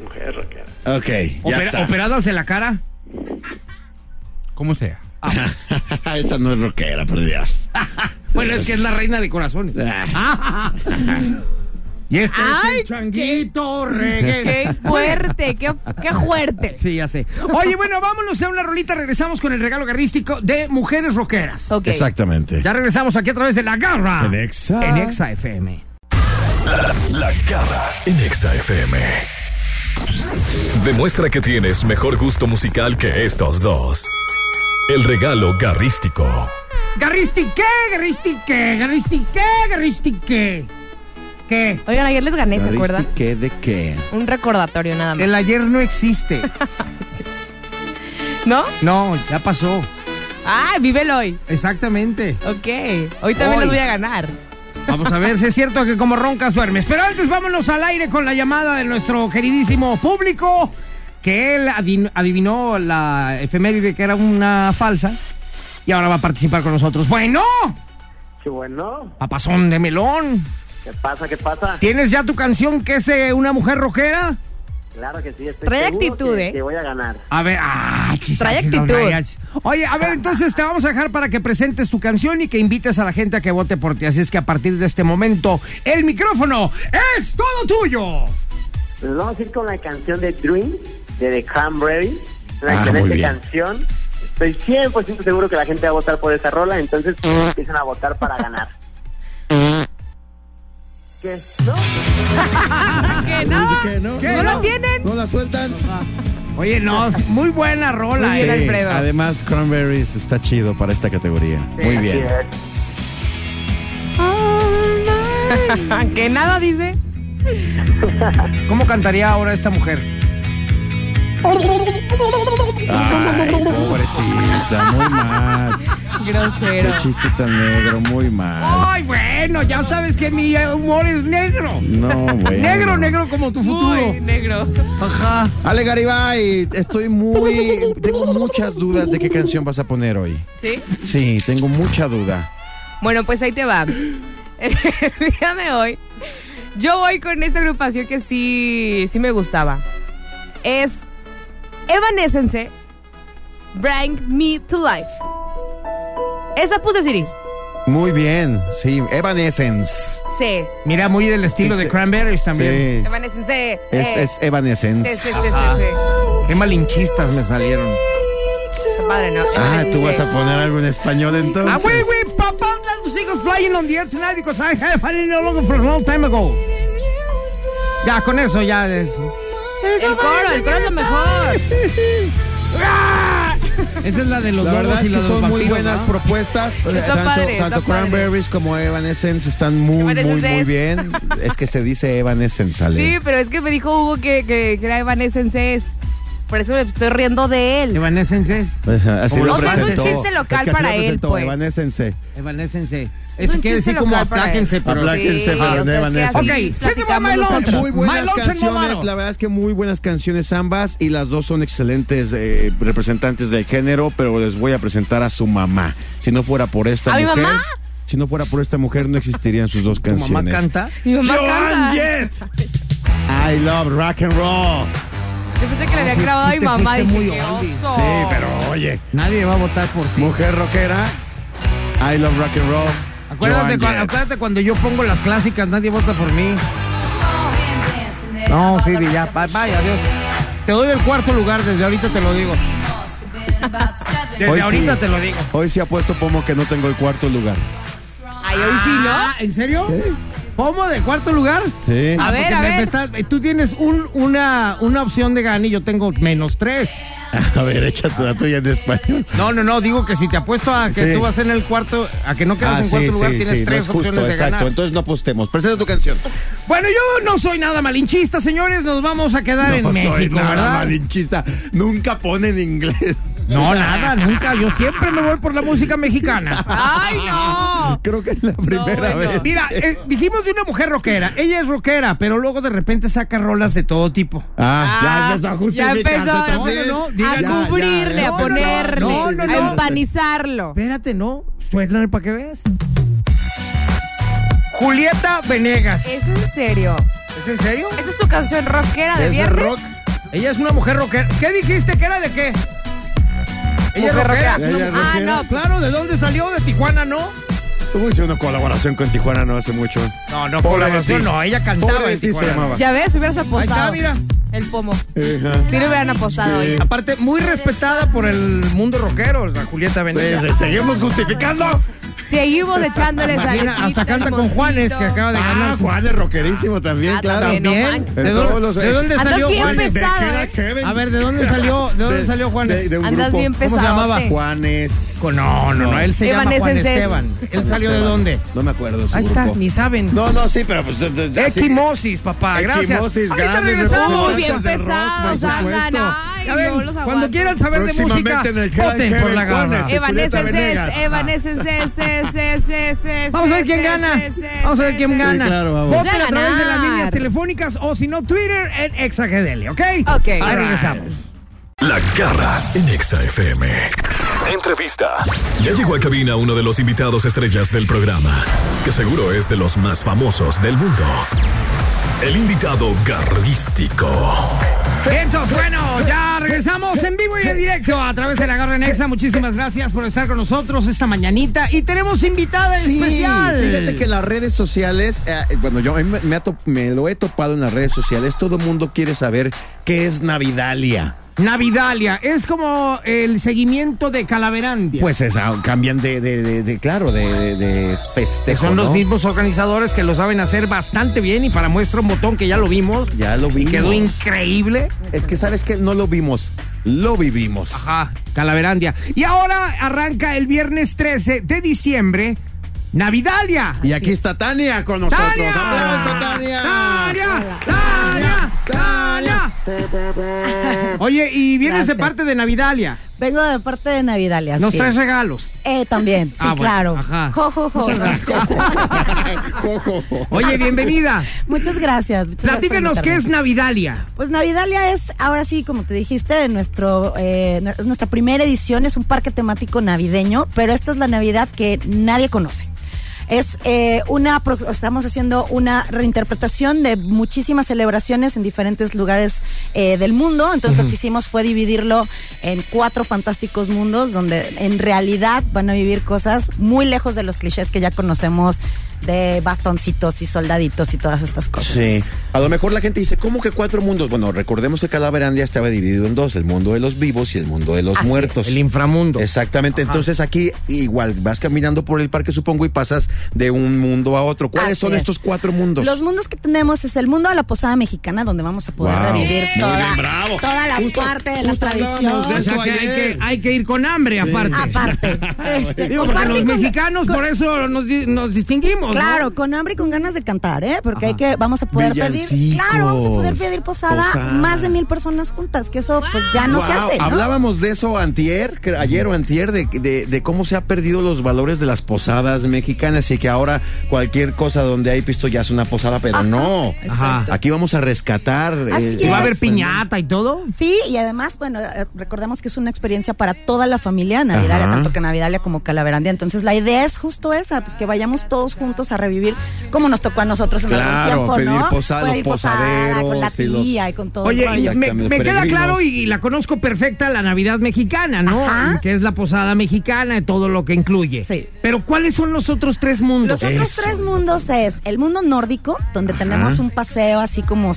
Speaker 6: Mujer rockera.
Speaker 3: Ok, ya
Speaker 1: Opera-
Speaker 3: está.
Speaker 1: operadas en la cara.
Speaker 7: Como sea.
Speaker 3: Esa no es rockera, por Dios.
Speaker 1: Bueno, es que es la reina de corazones.
Speaker 3: Ah.
Speaker 1: y este es
Speaker 2: Ay,
Speaker 1: el changuito reggae.
Speaker 2: Qué fuerte, qué, qué fuerte.
Speaker 1: Sí, ya sé. Oye, bueno, vámonos a una rolita. Regresamos con el regalo garrístico de Mujeres Roqueras.
Speaker 2: Ok.
Speaker 3: Exactamente.
Speaker 1: Ya regresamos aquí a través de La Garra.
Speaker 3: En Exa.
Speaker 1: En Exa FM.
Speaker 4: La garra en Exa FM. Demuestra que tienes mejor gusto musical que estos dos. El regalo garrístico.
Speaker 1: Garristique, garristique, garristique, garristique. ¿Qué?
Speaker 2: Oigan, ayer les gané, ¿se acuerdan?
Speaker 3: ¿Qué de qué?
Speaker 2: Un recordatorio nada más.
Speaker 1: El ayer no existe.
Speaker 2: ¿No?
Speaker 1: No, ya pasó.
Speaker 2: Ah, vive el hoy.
Speaker 1: Exactamente.
Speaker 2: Ok. Hoy
Speaker 1: Hoy.
Speaker 2: también les voy a ganar.
Speaker 1: Vamos a ver si es cierto que como roncas duermes. Pero antes vámonos al aire con la llamada de nuestro queridísimo público, que él adin- adivinó la efeméride que era una falsa y ahora va a participar con nosotros. Bueno,
Speaker 6: Sí, bueno.
Speaker 1: papazón de melón,
Speaker 6: ¿Qué pasa? ¿Qué pasa?
Speaker 1: ¿tienes ya tu canción que es eh, una mujer rojera?
Speaker 6: Claro que sí. Estoy
Speaker 2: Trae
Speaker 6: seguro
Speaker 2: actitud,
Speaker 6: que-
Speaker 2: ¿eh?
Speaker 6: Que voy a ganar.
Speaker 1: A ver, ah, chis,
Speaker 2: Trae
Speaker 1: chis, los
Speaker 2: actitud.
Speaker 1: mariachis. Oye, a ver, entonces te vamos a dejar para que presentes tu canción y que invites a la gente a que vote por ti. Así es que a partir de este momento, el micrófono es todo tuyo.
Speaker 6: Nos vamos a ir con la canción de Dream de The Cranberries. Una
Speaker 3: Ah, muy
Speaker 6: excelente
Speaker 3: bien.
Speaker 6: canción. Estoy 100% seguro que la gente va a votar por esa rola, entonces empiezan a votar para ganar. ¿Qué? ¿No?
Speaker 2: ¿Que Pues, no?
Speaker 3: ¿Qué, no?
Speaker 1: ¿Qué?
Speaker 2: ¿No la tienen?
Speaker 3: ¿No la sueltan?
Speaker 1: Oye, no, es muy buena rola.
Speaker 2: Muy bien,
Speaker 1: eh.
Speaker 2: Alfredo.
Speaker 3: Además, Cranberries está chido para esta categoría. Muy bien.
Speaker 2: que nada dice.
Speaker 1: ¿Cómo cantaría ahora esta mujer?
Speaker 3: Ay, pobrecita, muy mal. Qué
Speaker 2: Grosero.
Speaker 3: chiste tan negro, muy mal.
Speaker 1: Ay, bueno, ya sabes que mi humor es negro.
Speaker 2: Oh,
Speaker 3: No, bueno.
Speaker 1: Negro, negro como tu futuro.
Speaker 2: Muy negro.
Speaker 1: Ajá.
Speaker 3: Ale Garibay, estoy muy. Tengo muchas dudas de qué canción vas a poner hoy.
Speaker 2: ¿Sí?
Speaker 3: Sí, tengo mucha duda.
Speaker 2: Bueno, pues ahí te va. El día de hoy, yo voy con esta agrupación que sí, sí me gustaba. Es Evanescence, Bring Me to Life. Esa puse Siri.
Speaker 3: Muy bien, sí, Evanescence.
Speaker 2: Sí,
Speaker 1: Mira, muy del estilo
Speaker 3: Sí,
Speaker 1: de
Speaker 3: sí.
Speaker 1: Cranberries también.
Speaker 3: Sí,
Speaker 2: Evanescence. eh,
Speaker 3: es, es
Speaker 2: Sí, sí, sí,
Speaker 3: Evanescence.
Speaker 2: sí, sí.
Speaker 1: Qué malinchistas me salieron.
Speaker 2: Está padre, ¿no?
Speaker 3: Ah, tú vas a
Speaker 2: Evanescence.
Speaker 3: poner algo en español entonces.
Speaker 1: Ah, wait, wait, papá, let the seagulls flying on the air tonight because I have had it no longer for a long time ago. Ya, con eso, ya. es-
Speaker 2: El coro, el coro es lo mejor.
Speaker 1: Esa es la de los
Speaker 3: La
Speaker 1: lobos
Speaker 3: verdad
Speaker 1: y
Speaker 3: es
Speaker 1: la
Speaker 3: que
Speaker 1: de los
Speaker 3: son muy
Speaker 1: vampiros,
Speaker 3: buenas
Speaker 1: ¿no?
Speaker 3: propuestas. Eh,
Speaker 2: Está
Speaker 3: tanto
Speaker 2: padre, está
Speaker 3: tanto
Speaker 2: padre.
Speaker 3: Cranberries como Evanescence están muy, muy,
Speaker 2: Evanescence
Speaker 3: muy
Speaker 2: es.
Speaker 3: bien. es que se dice Evanescence, Ale.
Speaker 2: Sí, pero es que me dijo Hugo que, que, que era Evanescence. es. Por eso me estoy riendo de él.
Speaker 1: Evanescence es.
Speaker 3: Así
Speaker 1: Como
Speaker 3: lo
Speaker 1: los
Speaker 3: presentó.
Speaker 1: franceses. Es un
Speaker 2: chiste local
Speaker 3: Es que así
Speaker 2: para
Speaker 3: lo
Speaker 2: él,
Speaker 3: presentó,
Speaker 2: pues.
Speaker 3: Evanescence.
Speaker 1: Evanescence.
Speaker 2: Es
Speaker 1: Eso
Speaker 2: un
Speaker 1: quiere decir
Speaker 2: chiste
Speaker 1: como
Speaker 2: local para él.
Speaker 1: apláquense, pero.
Speaker 3: Apláquense.
Speaker 2: Sí,
Speaker 3: para
Speaker 2: o sea, es que así
Speaker 3: Evanescence.
Speaker 1: Ok,
Speaker 2: platicamos
Speaker 1: se te va my
Speaker 2: nosotros.
Speaker 1: lunch.
Speaker 3: Muy buenas
Speaker 1: My Lunch and
Speaker 3: canciones,
Speaker 1: Momaro.
Speaker 3: la verdad es que muy buenas canciones ambas y las dos son excelentes eh, representantes del género, pero les voy a presentar a su mamá. Si no fuera por esta
Speaker 2: ¿A mi
Speaker 3: mujer,
Speaker 2: mamá?
Speaker 3: si no fuera por esta mujer no existirían sus dos
Speaker 1: ¿Tu mamá
Speaker 3: canciones.
Speaker 1: canta?
Speaker 2: Mi mamá
Speaker 3: Joan
Speaker 2: canta.
Speaker 3: Jett. I love rock and roll.
Speaker 2: Yo pensé que le había
Speaker 1: sí, sí
Speaker 2: grabado a mi
Speaker 1: te
Speaker 2: mamá.
Speaker 1: fuiste
Speaker 2: Dije,
Speaker 1: muy
Speaker 2: qué
Speaker 1: oldie.
Speaker 2: oso.
Speaker 3: Sí, pero oye,
Speaker 1: Nadie va a votar por ti.
Speaker 3: mujer rockera. I love rock and roll.
Speaker 1: Acuérdate,
Speaker 3: Joan
Speaker 1: cua-
Speaker 3: Jett.
Speaker 1: acuérdate cuando yo pongo las clásicas, nadie vota por mí. No, Siri, ya, bye, bye, adiós. Te doy el cuarto lugar, desde ahorita te lo digo. Desde
Speaker 3: Hoy sí.
Speaker 1: ahorita te lo digo.
Speaker 3: Hoy sí apuesto Pomo que no tengo el cuarto lugar.
Speaker 2: Ay, hoy sí, ¿no?
Speaker 1: Ah, ¿En serio? ¿Cómo? ¿De cuarto lugar? Ah,
Speaker 3: Sí.
Speaker 8: A ver,
Speaker 1: porque
Speaker 8: a
Speaker 1: me-
Speaker 8: ver.
Speaker 1: me estás- eh, tú tienes un- una, una opción de gane y yo tengo menos tres.
Speaker 3: A ver, échate la tuya en español.
Speaker 1: No, no, no, digo que si te apuesto a que
Speaker 3: Sí.
Speaker 1: tú vas en el cuarto, a que no quedas
Speaker 3: Ah,
Speaker 1: en
Speaker 3: sí,
Speaker 1: cuarto lugar,
Speaker 3: sí,
Speaker 1: tienes
Speaker 3: sí, no
Speaker 1: tres
Speaker 3: es justo,
Speaker 1: opciones de
Speaker 3: exacto.
Speaker 1: ganar.
Speaker 3: Entonces no apostemos. Presenta tu canción.
Speaker 1: Bueno, yo no soy nada malinchista, señores, nos vamos a quedar en
Speaker 3: no
Speaker 1: México,
Speaker 3: soy nada
Speaker 1: ¿verdad?
Speaker 3: malinchista. Nunca pone en inglés.
Speaker 1: No, nada, nunca, yo siempre me voy por la música mexicana.
Speaker 8: ¡Ay, no!
Speaker 3: Creo que es la primera
Speaker 8: bueno.
Speaker 3: vez.
Speaker 1: Mira, eh, dijimos de una mujer rockera, ella es rockera, pero luego de repente saca rolas de todo tipo.
Speaker 3: Ah, ya,
Speaker 8: Ah,
Speaker 3: ya,
Speaker 8: ya empezó
Speaker 1: justificarse
Speaker 8: a,
Speaker 1: también. No, no, diga-
Speaker 8: a
Speaker 1: Ya, ya,
Speaker 8: cubrirle,
Speaker 1: ya.
Speaker 8: a
Speaker 1: No, no, no,
Speaker 8: ponerle,
Speaker 1: no, no,
Speaker 8: a
Speaker 1: no.
Speaker 8: empanizarlo.
Speaker 1: Espérate, ¿no? Suéltale para que veas. Julieta Venegas.
Speaker 8: ¿Es en serio?
Speaker 1: ¿Es en serio?
Speaker 8: ¿Esta es tu canción rockera de
Speaker 3: Es
Speaker 8: viernes?
Speaker 3: rock.
Speaker 1: Ella es una mujer rockera. ¿Qué dijiste que era de qué? Ella es
Speaker 8: Mujer
Speaker 1: rockera.
Speaker 8: rockera.
Speaker 3: Ella es
Speaker 8: Ah,
Speaker 3: rockera.
Speaker 8: no.
Speaker 1: Claro, ¿de dónde salió? ¿De Tijuana, no?
Speaker 3: Tuvo una colaboración con Tijuana no hace mucho.
Speaker 1: No, no,
Speaker 3: Pobre
Speaker 1: colaboración,
Speaker 3: de ti.
Speaker 1: no, ella cantaba
Speaker 3: Pobre de
Speaker 1: en
Speaker 3: ti se
Speaker 1: Tijuana.
Speaker 3: llamaba.
Speaker 8: Ya ves, hubieras
Speaker 1: Ahí está,
Speaker 8: apostado.
Speaker 1: mira.
Speaker 8: El pomo.
Speaker 3: Ajá.
Speaker 8: Sí le hubieran apostado.
Speaker 3: Sí.
Speaker 8: oye.
Speaker 1: Aparte, muy respetada por el mundo rockero, la Julieta Venegas.
Speaker 3: Pues, Seguimos justificando.
Speaker 8: Seguimos echándoles
Speaker 1: Imagina,
Speaker 8: salecita,
Speaker 1: hasta canta con Juanes, que
Speaker 8: limoncito.
Speaker 1: acaba de
Speaker 3: Ah,
Speaker 1: ganar.
Speaker 3: Juan es rockerísimo también,
Speaker 8: Ah,
Speaker 3: claro.
Speaker 8: también, no
Speaker 1: Bien.
Speaker 8: manches.
Speaker 1: ¿De,
Speaker 3: En todos
Speaker 1: dónde,
Speaker 3: los-
Speaker 1: de dónde
Speaker 8: Andas
Speaker 1: salió
Speaker 8: bien
Speaker 1: Juanes?
Speaker 8: pesado,
Speaker 3: Tequila
Speaker 8: ¿eh?
Speaker 3: Heaven.
Speaker 1: A ver, ¿de dónde salió, de dónde
Speaker 3: De-
Speaker 1: salió Juanes?
Speaker 3: de- de un
Speaker 8: Andas
Speaker 3: grupo.
Speaker 8: bien
Speaker 3: ¿Cómo se
Speaker 8: pesadote.
Speaker 3: llamaba? Juanes.
Speaker 1: Con- No, no, no, él se llama Juan
Speaker 8: Evanescences.
Speaker 1: Esteban. ¿Él salió de dónde?
Speaker 3: No me acuerdo. su
Speaker 1: Ahí está,
Speaker 3: grupo.
Speaker 1: ni saben.
Speaker 3: No, no, sí, pero pues. eh, eh, ya sí.
Speaker 1: Equimosis, papá, gracias.
Speaker 3: Equimosis,
Speaker 1: Ahorita
Speaker 3: grandes
Speaker 1: regresamos.
Speaker 8: Uy, bien
Speaker 3: de rock,
Speaker 8: pesados
Speaker 3: por
Speaker 8: andan.
Speaker 3: supuesto.
Speaker 8: Ay,
Speaker 1: Ya ven,
Speaker 8: no los
Speaker 1: cuando
Speaker 8: aguanto.
Speaker 1: quieran saber de
Speaker 3: Próximamente
Speaker 1: música,
Speaker 3: en el Grand
Speaker 1: voten por
Speaker 3: Heaven
Speaker 1: la garra.
Speaker 3: Juanes.
Speaker 8: Evanescences,
Speaker 3: Julieta
Speaker 8: Evanescences, Evanescences.
Speaker 1: Ah. Vamos a ver quién gana. Vamos a ver quién gana.
Speaker 3: claro, vamos.
Speaker 1: Voten a través de las
Speaker 8: Ganar.
Speaker 1: líneas telefónicas o si no, Twitter en Exagedele, ¿ok?
Speaker 8: Ok.
Speaker 1: Ahí regresamos.
Speaker 4: La garra en Exa FM. Entrevista. Ya llegó a cabina uno de los invitados estrellas del programa, que seguro es de los más famosos del mundo. El invitado garrístico.
Speaker 1: Eso es bueno. Ya regresamos en vivo y en directo a través de la garra en Exa. Muchísimas gracias por estar con nosotros esta mañanita. Y tenemos invitada
Speaker 3: Sí,
Speaker 1: especial.
Speaker 3: Fíjate que las redes sociales, eh, bueno, yo a mí me, me ha top- me lo he topado en las redes sociales. Todo el mundo quiere saber qué es Navidalia.
Speaker 1: Navidalia es como el seguimiento de Calaverandia.
Speaker 3: Pues es, ah, cambian de, de- de- de, claro, de, de, de
Speaker 1: Que
Speaker 3: festejo.
Speaker 1: son los
Speaker 3: ¿no?
Speaker 1: mismos organizadores que lo saben hacer bastante bien y para muestra un botón que ya lo vimos.
Speaker 3: Ya lo
Speaker 1: Y
Speaker 3: vimos.
Speaker 1: quedó increíble.
Speaker 3: Es que sabes que no lo vimos, lo vivimos.
Speaker 1: Ajá, Calaverandia. Y ahora arranca el viernes 13 de diciembre, Navidalia.
Speaker 3: Y aquí está Tania con nosotros.
Speaker 1: ¡Tania!
Speaker 3: ¡Aplauso, Tania!
Speaker 1: ¡Tania! ¡Tania! ¡Tania! Oye, y vienes de
Speaker 2: Gracias.
Speaker 1: parte de Navidalia.
Speaker 2: Vengo de parte de Navidalia.
Speaker 1: Nos
Speaker 2: sí.
Speaker 1: traes regalos.
Speaker 2: Eh, también, sí,
Speaker 1: Ah, bueno,
Speaker 2: claro.
Speaker 1: ajá.
Speaker 2: Jo, jo, jo.
Speaker 1: Muchas gracias.
Speaker 3: Jojo.
Speaker 1: Oye, bienvenida.
Speaker 2: Muchas gracias. muchas gracias por
Speaker 1: Platícanos qué es
Speaker 2: invitarme.
Speaker 1: Navidalia.
Speaker 2: Pues Navidalia es, ahora sí, como te dijiste, nuestro, eh, nu- es nuestra primera edición, es un parque temático navideño, pero esta es la Navidad que nadie conoce. Es eh, una, pro- estamos haciendo una reinterpretación de muchísimas celebraciones en diferentes lugares eh, del mundo. Entonces lo que hicimos fue dividirlo en cuatro fantásticos mundos donde en realidad van a vivir cosas muy lejos de los clichés que ya conocemos de bastoncitos y soldaditos y todas estas cosas.
Speaker 3: Sí. A lo mejor la gente dice, ¿cómo que cuatro mundos? Bueno, recordemos que Calaverandia estaba dividido en dos, el mundo de los vivos y el mundo de los
Speaker 2: Así
Speaker 3: muertos.
Speaker 1: El inframundo.
Speaker 3: Exactamente, entonces aquí igual vas caminando por el parque, supongo, y pasas de un mundo a otro. ¿Cuáles
Speaker 2: Así
Speaker 3: son
Speaker 2: es.
Speaker 3: estos cuatro mundos?
Speaker 2: Los mundos que tenemos es el mundo de la posada mexicana, donde vamos a poder
Speaker 3: Wow.
Speaker 2: revivir
Speaker 3: Muy
Speaker 2: toda,
Speaker 3: bien, bravo.
Speaker 2: toda la
Speaker 3: Justo-
Speaker 2: parte de la
Speaker 3: justo
Speaker 2: tradición.
Speaker 3: hablábamos de
Speaker 1: O sea
Speaker 3: Eso
Speaker 1: que hay,
Speaker 3: ayer.
Speaker 1: que hay que ir con hambre aparte.
Speaker 2: Aparte. Este,
Speaker 1: Digo, porque
Speaker 2: aparte
Speaker 1: los
Speaker 2: con-
Speaker 1: mexicanos por eso nos, di- nos distinguimos. ¿no?
Speaker 2: Claro, con hambre y con ganas de cantar, ¿eh? Porque hay que, vamos a poder pedir,
Speaker 3: Villancicos,
Speaker 2: claro, vamos a poder pedir posada,
Speaker 3: posada.
Speaker 2: más de mil personas juntas, que eso pues ya no se
Speaker 3: Wow,
Speaker 2: hace, ¿no?
Speaker 3: Hablábamos de eso antier, que- ayer o antier, de, de- de cómo se han perdido los valores de las posadas mexicanas y que ahora cualquier cosa donde hay pisto ya es una posada, pero no.
Speaker 1: Ajá.
Speaker 3: Aquí vamos a rescatar. eh,
Speaker 2: Así
Speaker 1: ¿Y va a haber
Speaker 2: es.
Speaker 1: piñata y todo?
Speaker 2: Sí, y además, bueno, eh, recordemos que es una experiencia para toda la familia navidaria,
Speaker 3: Ajá.
Speaker 2: tanto que navidaria como calaverandia. Entonces, la idea es justo esa, pues que vayamos todos juntos a revivir como nos tocó a nosotros en
Speaker 3: Claro,
Speaker 2: algún tiempo,
Speaker 3: pedir
Speaker 2: ¿no?
Speaker 3: posada,
Speaker 2: Pedir
Speaker 3: los posaderos
Speaker 2: con la
Speaker 3: y los-
Speaker 2: tía y con todo. el
Speaker 1: Oye, y
Speaker 2: rollo.
Speaker 1: me,
Speaker 3: Exactamente,
Speaker 1: me queda
Speaker 3: peregrinos.
Speaker 1: claro y la conozco perfecta la Navidad mexicana, ¿no?
Speaker 2: Ajá.
Speaker 1: Que es la posada mexicana y todo lo que incluye.
Speaker 2: Sí.
Speaker 1: Pero ¿cuáles son los otros tres mundos?
Speaker 2: Los otros
Speaker 3: Eso.
Speaker 2: tres mundos es el mundo nórdico, donde tenemos un paseo así como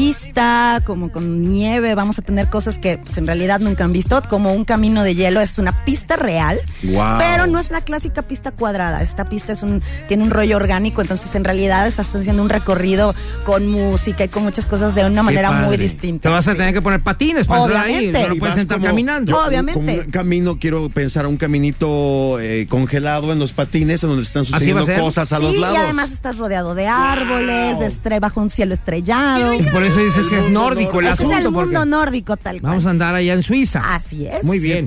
Speaker 2: surrealista, como con nieve, vamos a tener cosas que pues, en realidad nunca han visto, como un camino de hielo, es una pista real,
Speaker 3: Guau.
Speaker 2: pero no es la clásica pista cuadrada, esta pista es un tiene un rollo orgánico, entonces en realidad estás haciendo un recorrido con música y con muchas cosas de una manera muy
Speaker 3: padre.
Speaker 2: distinta.
Speaker 1: Te vas a
Speaker 2: Sí.
Speaker 1: tener que poner patines para entrar ahí.
Speaker 2: Obviamente.
Speaker 1: No lo
Speaker 2: Y
Speaker 1: puedes
Speaker 3: vas
Speaker 1: entrar
Speaker 3: como-
Speaker 1: caminando.
Speaker 2: yo-
Speaker 3: como-
Speaker 2: Obviamente.
Speaker 3: como un camino, quiero pensar, un caminito eh, congelado en los patines, en donde están
Speaker 1: va a
Speaker 3: sucediendo
Speaker 1: ser.
Speaker 3: cosas a los
Speaker 2: Sí,
Speaker 3: lados.
Speaker 2: y además estás rodeado de árboles, de estre- bajo un cielo estrellado.
Speaker 1: Y por eso dices que es nórdico el
Speaker 2: Ese es
Speaker 1: asunto.
Speaker 2: el
Speaker 1: porque
Speaker 2: mundo nórdico tal cual.
Speaker 1: vamos a andar allá en Suiza.
Speaker 2: Así es.
Speaker 1: Muy bien.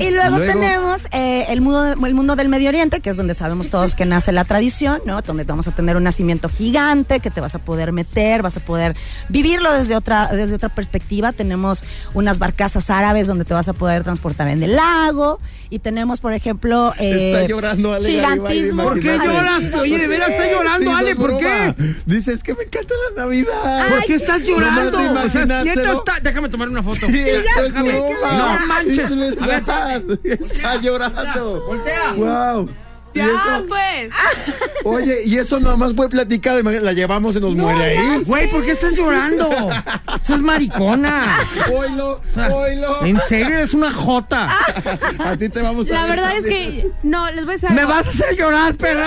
Speaker 2: Y luego, tenemos eh, el, mundo, el mundo del Medio Oriente, que es donde sabemos todos que nace la tradición, ¿no? Donde vamos a tener un nacimiento gigante, que te vas a poder meter, vas a poder vivirlo desde otra, desde otra perspectiva. Tenemos unas barcazas árabes donde te vas a poder transportar en el lago. Y tenemos, por ejemplo, eh,
Speaker 3: Está llorando Ale Garibaldi,
Speaker 2: gigantismo.
Speaker 1: ¿Por qué
Speaker 3: imagínate.
Speaker 1: lloras? Oye, de veras está llorando,
Speaker 3: Sí, no
Speaker 1: Ale,
Speaker 3: es
Speaker 1: ¿por
Speaker 3: broma.
Speaker 1: qué?
Speaker 3: Dice, es que me encanta la Navidad.
Speaker 1: ¿Por qué estás llorando?
Speaker 3: Nomás
Speaker 1: O sea, neta
Speaker 3: imaginárselo.
Speaker 1: está- Déjame tomar una foto.
Speaker 3: Sí, ya
Speaker 1: déjame. No manches. A ver,
Speaker 3: está llorando.
Speaker 1: voltea.
Speaker 3: Wow.
Speaker 8: Ya,
Speaker 1: Ah,
Speaker 8: pues.
Speaker 3: Oye, y eso nada más fue platicado. imagínate, La llevamos, se nos muere ahí.
Speaker 1: Güey, ¿por qué estás llorando? Seas maricona.
Speaker 3: Oilo,
Speaker 1: O sea,
Speaker 3: oilo.
Speaker 1: En serio, eres una jota.
Speaker 3: A ti te vamos a
Speaker 8: La
Speaker 3: ver
Speaker 8: verdad es
Speaker 3: también.
Speaker 8: que no, les voy a decir
Speaker 1: Me
Speaker 8: algo.
Speaker 1: vas a hacer llorar, perro.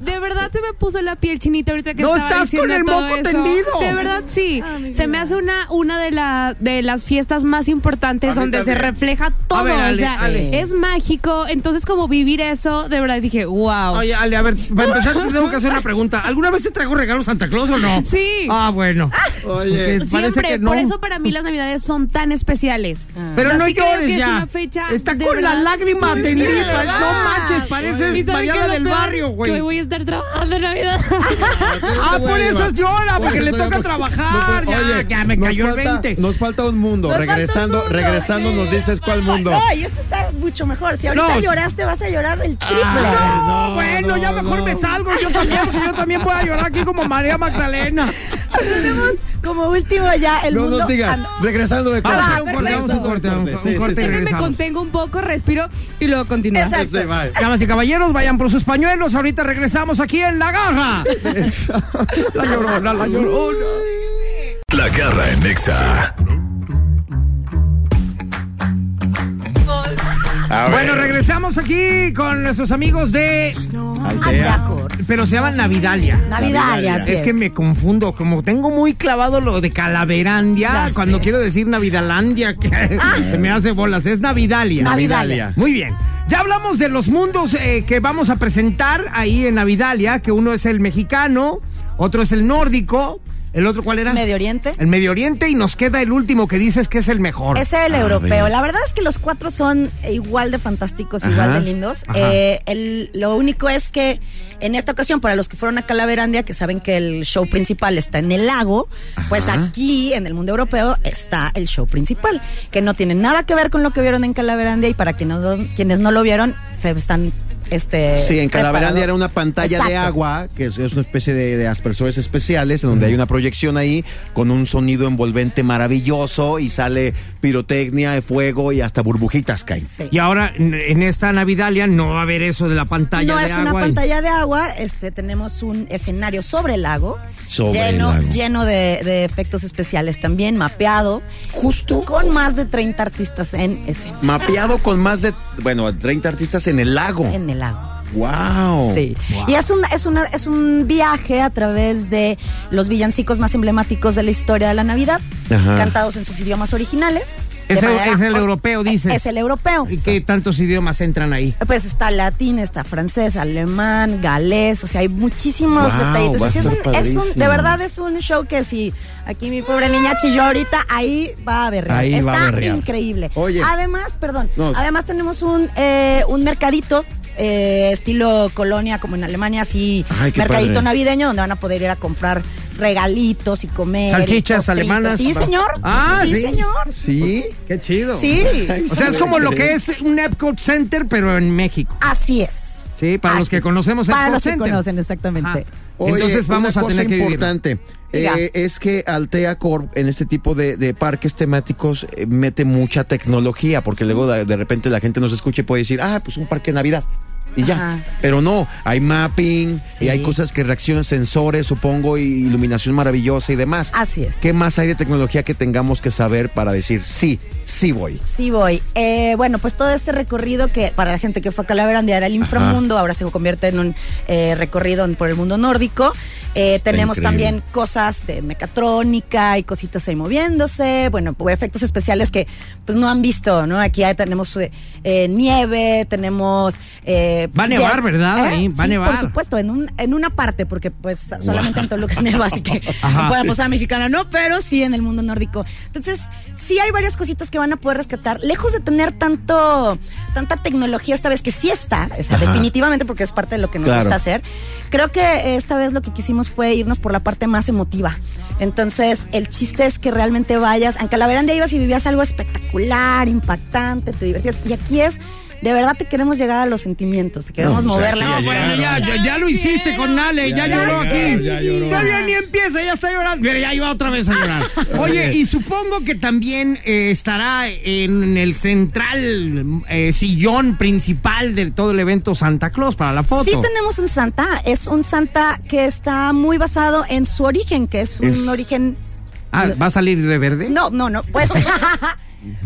Speaker 8: De verdad se me puso la piel chinita ahorita que
Speaker 1: No
Speaker 8: estaba
Speaker 1: estás con
Speaker 8: diciendo
Speaker 1: el
Speaker 8: todo
Speaker 1: moco
Speaker 8: eso.
Speaker 1: tendido.
Speaker 8: De verdad sí. se me hace una una de la de las fiestas más importantes
Speaker 3: A mí
Speaker 8: donde se
Speaker 3: también.
Speaker 8: refleja todo,
Speaker 1: ver, Ale,
Speaker 8: o sea,
Speaker 1: Ale.
Speaker 8: es mágico, entonces como vivir eso, de verdad dije, wow.
Speaker 1: Oye, Ale, a ver, para empezar te tengo que hacer una pregunta. ¿Alguna vez te trajo regalo Santa Claus o no?
Speaker 8: Sí.
Speaker 1: Ah, bueno.
Speaker 3: Oye.
Speaker 1: Porque parece
Speaker 8: Siempre,
Speaker 1: que no. Ah.
Speaker 8: por eso para mí las Navidades son tan especiales.
Speaker 1: Pero
Speaker 8: O sea,
Speaker 1: no
Speaker 8: sí creo
Speaker 1: llores
Speaker 8: que es
Speaker 1: ya.
Speaker 8: una fecha
Speaker 1: Está
Speaker 8: de
Speaker 1: con la
Speaker 8: verdad.
Speaker 1: lágrima
Speaker 8: Sí,
Speaker 1: tendida.
Speaker 8: de verdad.
Speaker 1: No manches,
Speaker 8: ¿Y
Speaker 1: pareces
Speaker 8: saben qué es
Speaker 1: Mariana
Speaker 8: lo
Speaker 1: del
Speaker 8: peor?
Speaker 1: barrio,
Speaker 8: Que
Speaker 1: güey.
Speaker 8: voy a estar trabajando en Navidad.
Speaker 1: Ah, por eso llora, porque le
Speaker 3: Oye, soy
Speaker 1: toca
Speaker 3: amor.
Speaker 1: trabajar.
Speaker 3: No, pues,
Speaker 1: Ya,
Speaker 3: oye,
Speaker 1: ya me
Speaker 3: nos
Speaker 1: cayó el
Speaker 3: falta-
Speaker 1: 20.
Speaker 3: Nos falta un mundo.
Speaker 2: Nos falta
Speaker 3: regresando,
Speaker 2: un mundo,
Speaker 3: regresando,
Speaker 2: sí.
Speaker 3: nos dices cuál mundo.
Speaker 2: No, y este está mucho mejor. Si ahorita
Speaker 1: No. Ah.
Speaker 2: lloraste, vas a llorar el triple.
Speaker 1: No,
Speaker 3: No,
Speaker 1: bueno,
Speaker 3: no,
Speaker 1: ya mejor
Speaker 3: no.
Speaker 1: me salgo yo también, porque yo también voy a llorar aquí como María Magdalena.
Speaker 2: Tenemos como último ya el
Speaker 3: No
Speaker 2: mundo.
Speaker 3: nos digas.
Speaker 2: Ah, no.
Speaker 3: Regresando de
Speaker 1: Vamos a
Speaker 3: corte.
Speaker 1: un corte, vamos a un corte, vamos a un
Speaker 3: Sí, sí,
Speaker 1: corte.
Speaker 3: sí.
Speaker 8: Déjenme
Speaker 1: regresamos.
Speaker 8: contengo un poco, respiro y luego continúo.
Speaker 2: Exacto.
Speaker 3: Sí, va.
Speaker 1: Damas y caballeros, vayan por sus pañuelos. Ahorita regresamos aquí en La Garra. La llorona, la llorona.
Speaker 4: La garra en Exa.
Speaker 1: Bueno, regresamos aquí con nuestros amigos de.
Speaker 3: Aldea.
Speaker 1: Pero se llaman Navidalia.
Speaker 2: Ah, Navidad, ya
Speaker 1: Es que me confundo, como tengo muy clavado lo de Calaverandia,
Speaker 2: Ya
Speaker 1: cuando
Speaker 2: sé. Ah.
Speaker 1: quiero decir Navidalandia, que se me hace bolas, es Navidalia.
Speaker 2: Navidalia.
Speaker 1: Muy bien. Ya hablamos de los mundos eh, que vamos a presentar ahí en Navidalia, que uno es el mexicano, otro es el nórdico, el otro cuál era?
Speaker 2: Medio Oriente.
Speaker 1: El Medio Oriente y nos queda el último que dices que es el mejor.
Speaker 2: Es el europeo. La verdad es que los cuatro son igual de fantásticos, igual de lindos.
Speaker 1: ajá.
Speaker 2: Eh, el- lo único es que en esta ocasión, para los que fueron a Calaverandia, que saben que el show principal está en el lago, pues aquí, en el mundo europeo, está el show principal, que no tiene nada que ver con lo que vieron en Calaverandia y para quienes no, quienes no lo vieron, se están... Este,
Speaker 3: Sí, en
Speaker 2: preparado.
Speaker 3: Calaverandia era una pantalla de
Speaker 2: Exacto.
Speaker 3: agua, que es, es una especie de, de aspersores especiales, en donde hay una proyección ahí con un sonido envolvente maravilloso y sale pirotecnia, fuego y hasta burbujitas caen.
Speaker 2: Sí.
Speaker 1: Y ahora en en esta Navidalia no va a haber eso de la pantalla
Speaker 2: no
Speaker 1: de
Speaker 2: es
Speaker 1: agua.
Speaker 2: una pantalla de agua, este tenemos un escenario sobre el lago,
Speaker 3: Sobre el
Speaker 2: lleno,
Speaker 3: lago.
Speaker 2: lleno de, de efectos especiales también, mapeado,
Speaker 3: Justo
Speaker 2: con más de 30 artistas en escena,
Speaker 3: mapeado con más de, bueno, 30 artistas en el lago.
Speaker 2: en el lago.
Speaker 3: ¡Wow!
Speaker 2: Sí. Y es un, es, una, es un viaje a través de los villancicos más emblemáticos de la historia de la Navidad,
Speaker 3: Ajá.
Speaker 2: cantados en sus idiomas originales. de
Speaker 1: Es el-
Speaker 2: manera-
Speaker 1: es el europeo, dices.
Speaker 2: Es el europeo.
Speaker 1: ¿Y qué tantos idiomas entran ahí?
Speaker 2: Pues está latín, está francés, alemán, galés, o sea, hay muchísimos
Speaker 3: Wow,
Speaker 2: detallitos.
Speaker 3: va a
Speaker 2: Sí, es,
Speaker 3: estar
Speaker 2: un, es un-
Speaker 3: padrísimo.
Speaker 2: de verdad es un show que si aquí mi pobre niña chilló ahorita, ahí va a berrear.
Speaker 3: Ahí
Speaker 2: está
Speaker 3: va a berrear.
Speaker 2: increíble.
Speaker 3: Oye.
Speaker 2: Además, perdón,
Speaker 3: No.
Speaker 2: además tenemos un, eh, un mercadito. eh, estilo colonia como en Alemania así
Speaker 3: Ay, qué
Speaker 2: mercadito
Speaker 3: padre.
Speaker 2: navideño donde van a poder ir a comprar regalitos y comer y
Speaker 1: Salchichas
Speaker 2: costritos.
Speaker 1: alemanas.
Speaker 2: sí señor
Speaker 1: Ah, sí.
Speaker 2: sí señor
Speaker 3: ¿Sí?
Speaker 1: Qué chido.
Speaker 2: sí
Speaker 3: Ay,
Speaker 1: O sea, es
Speaker 3: sí.
Speaker 1: como lo que es un Epcot Center, pero en México.
Speaker 2: así es
Speaker 1: Sí, para los
Speaker 2: Así
Speaker 1: que
Speaker 2: es.
Speaker 1: conocemos
Speaker 2: Para
Speaker 1: Epcot
Speaker 2: los que
Speaker 1: Center.
Speaker 2: conocen, exactamente.
Speaker 1: Ajá.
Speaker 3: Oye,
Speaker 1: Entonces vamos
Speaker 3: una
Speaker 1: a
Speaker 3: cosa
Speaker 1: tener que vivirlo.
Speaker 3: importante
Speaker 2: Diga.
Speaker 3: eh, es que Altea Corp en este tipo de, de parques temáticos eh, mete mucha tecnología porque luego de, de repente la gente nos escucha y puede decir ah pues un parque de Navidad Y ya.
Speaker 2: Ajá.
Speaker 3: Pero no, hay mapping y hay cosas que reaccionan, sensores, supongo, y iluminación maravillosa y demás.
Speaker 2: Así es.
Speaker 3: ¿Qué más hay de tecnología que tengamos que saber para decir sí, sí voy?
Speaker 2: Sí voy. Eh, bueno, pues todo este recorrido que para la gente que fue a Calaverandear al inframundo, ahora se convierte en un eh, recorrido en- por el mundo nórdico. Eh,
Speaker 3: Está
Speaker 2: tenemos
Speaker 3: increíble.
Speaker 2: también cosas de mecatrónica y cositas ahí moviéndose, bueno, pues, efectos especiales que pues no han visto, ¿no? Aquí ya tenemos eh, eh, nieve, tenemos... eh,
Speaker 1: Va a nevar, ¿verdad? Ahí, va a
Speaker 2: sí,
Speaker 1: nevar.
Speaker 2: Por supuesto, en, un, en una parte, porque pues solamente en Toluca neva, así que
Speaker 1: Ajá.
Speaker 2: no podemos posada pues mexicana no, pero sí en el mundo nórdico. Entonces, sí hay varias cositas que van a poder rescatar. Lejos de tener tanto, tanta tecnología esta vez, que sí está, o sea,
Speaker 3: Ajá.
Speaker 2: definitivamente porque es parte de lo que nos
Speaker 3: Claro.
Speaker 2: gusta hacer, creo que esta vez lo que quisimos fue irnos por la parte más emotiva. Entonces, el chiste es que realmente vayas, aunque la veranda ibas y vivías algo espectacular, impactante, te divertías, y aquí es... De verdad te queremos llegar a los sentimientos, te queremos
Speaker 3: o sea,
Speaker 2: mover la
Speaker 3: aquí
Speaker 1: No,
Speaker 3: Ya
Speaker 1: bueno, ya,
Speaker 3: llegaron.
Speaker 1: ya, ya lo hiciste con Ale, ya,
Speaker 3: Ya
Speaker 1: lloró
Speaker 3: llegaron,
Speaker 1: aquí.
Speaker 3: ya lloró.
Speaker 1: Todavía ni empieza, ya está llorando. Mira, ya iba otra vez a llorar. Oye, y supongo que también eh, estará en el central eh, sillón principal de todo el evento Santa Claus para la foto.
Speaker 2: Sí tenemos un santa, es un santa que está muy basado en su origen, que es un
Speaker 3: Es-
Speaker 2: origen...
Speaker 1: Ah, ¿va a salir de verde?
Speaker 2: No, no, no, pues...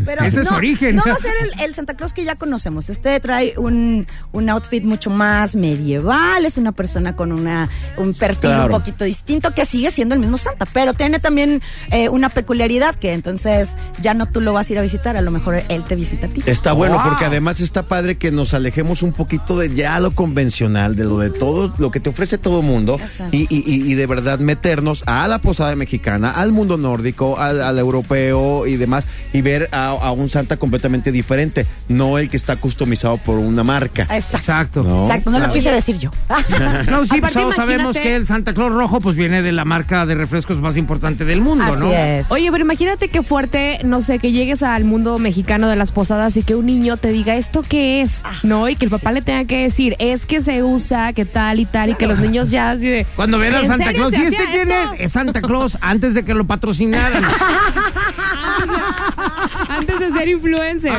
Speaker 2: Pero
Speaker 1: Ese es
Speaker 2: no,
Speaker 1: su origen.
Speaker 2: No va a ser el, el Santa Claus que ya conocemos. Este trae un, un outfit mucho más medieval, es una persona con una, un perfil
Speaker 3: Claro.
Speaker 2: un poquito distinto que sigue siendo el mismo Santa, pero tiene también eh, una peculiaridad que entonces ya no tú lo vas a ir a visitar, a lo mejor él te visita a ti.
Speaker 3: Está bueno
Speaker 1: Wow.
Speaker 3: porque además está padre que nos alejemos un poquito de ya lo convencional, de lo de todo, lo que te ofrece todo mundo
Speaker 2: Exacto.
Speaker 3: y, y- y- y de verdad meternos a la posada mexicana, al mundo nórdico, al, al europeo y demás y ver a, a un Santa completamente diferente, no el que está customizado por una marca.
Speaker 2: Exacto.
Speaker 1: Exacto.
Speaker 3: No.
Speaker 2: Exacto, no lo quise decir yo.
Speaker 1: No, sí, pues
Speaker 8: Aparte,
Speaker 1: todos sabemos
Speaker 8: imagínate-
Speaker 1: que el Santa Claus rojo pues viene de la marca de refrescos más importante del mundo,
Speaker 2: Así
Speaker 1: ¿no?
Speaker 2: es.
Speaker 8: Oye, pero imagínate qué fuerte, no sé, que llegues al mundo mexicano de las posadas y que un niño te diga esto qué es, ¿no? Y que el papá le tenga que decir, es que se usa, que tal y tal, y que los niños ya así de.
Speaker 1: Cuando ven al
Speaker 8: "¿En
Speaker 1: Santa
Speaker 8: serio
Speaker 1: Claus,
Speaker 8: se
Speaker 1: ¿y este
Speaker 8: hacía
Speaker 1: quién
Speaker 8: eso?"
Speaker 1: es? Es Santa Claus antes de que lo patrocinaran.
Speaker 8: Antes de ser influencer.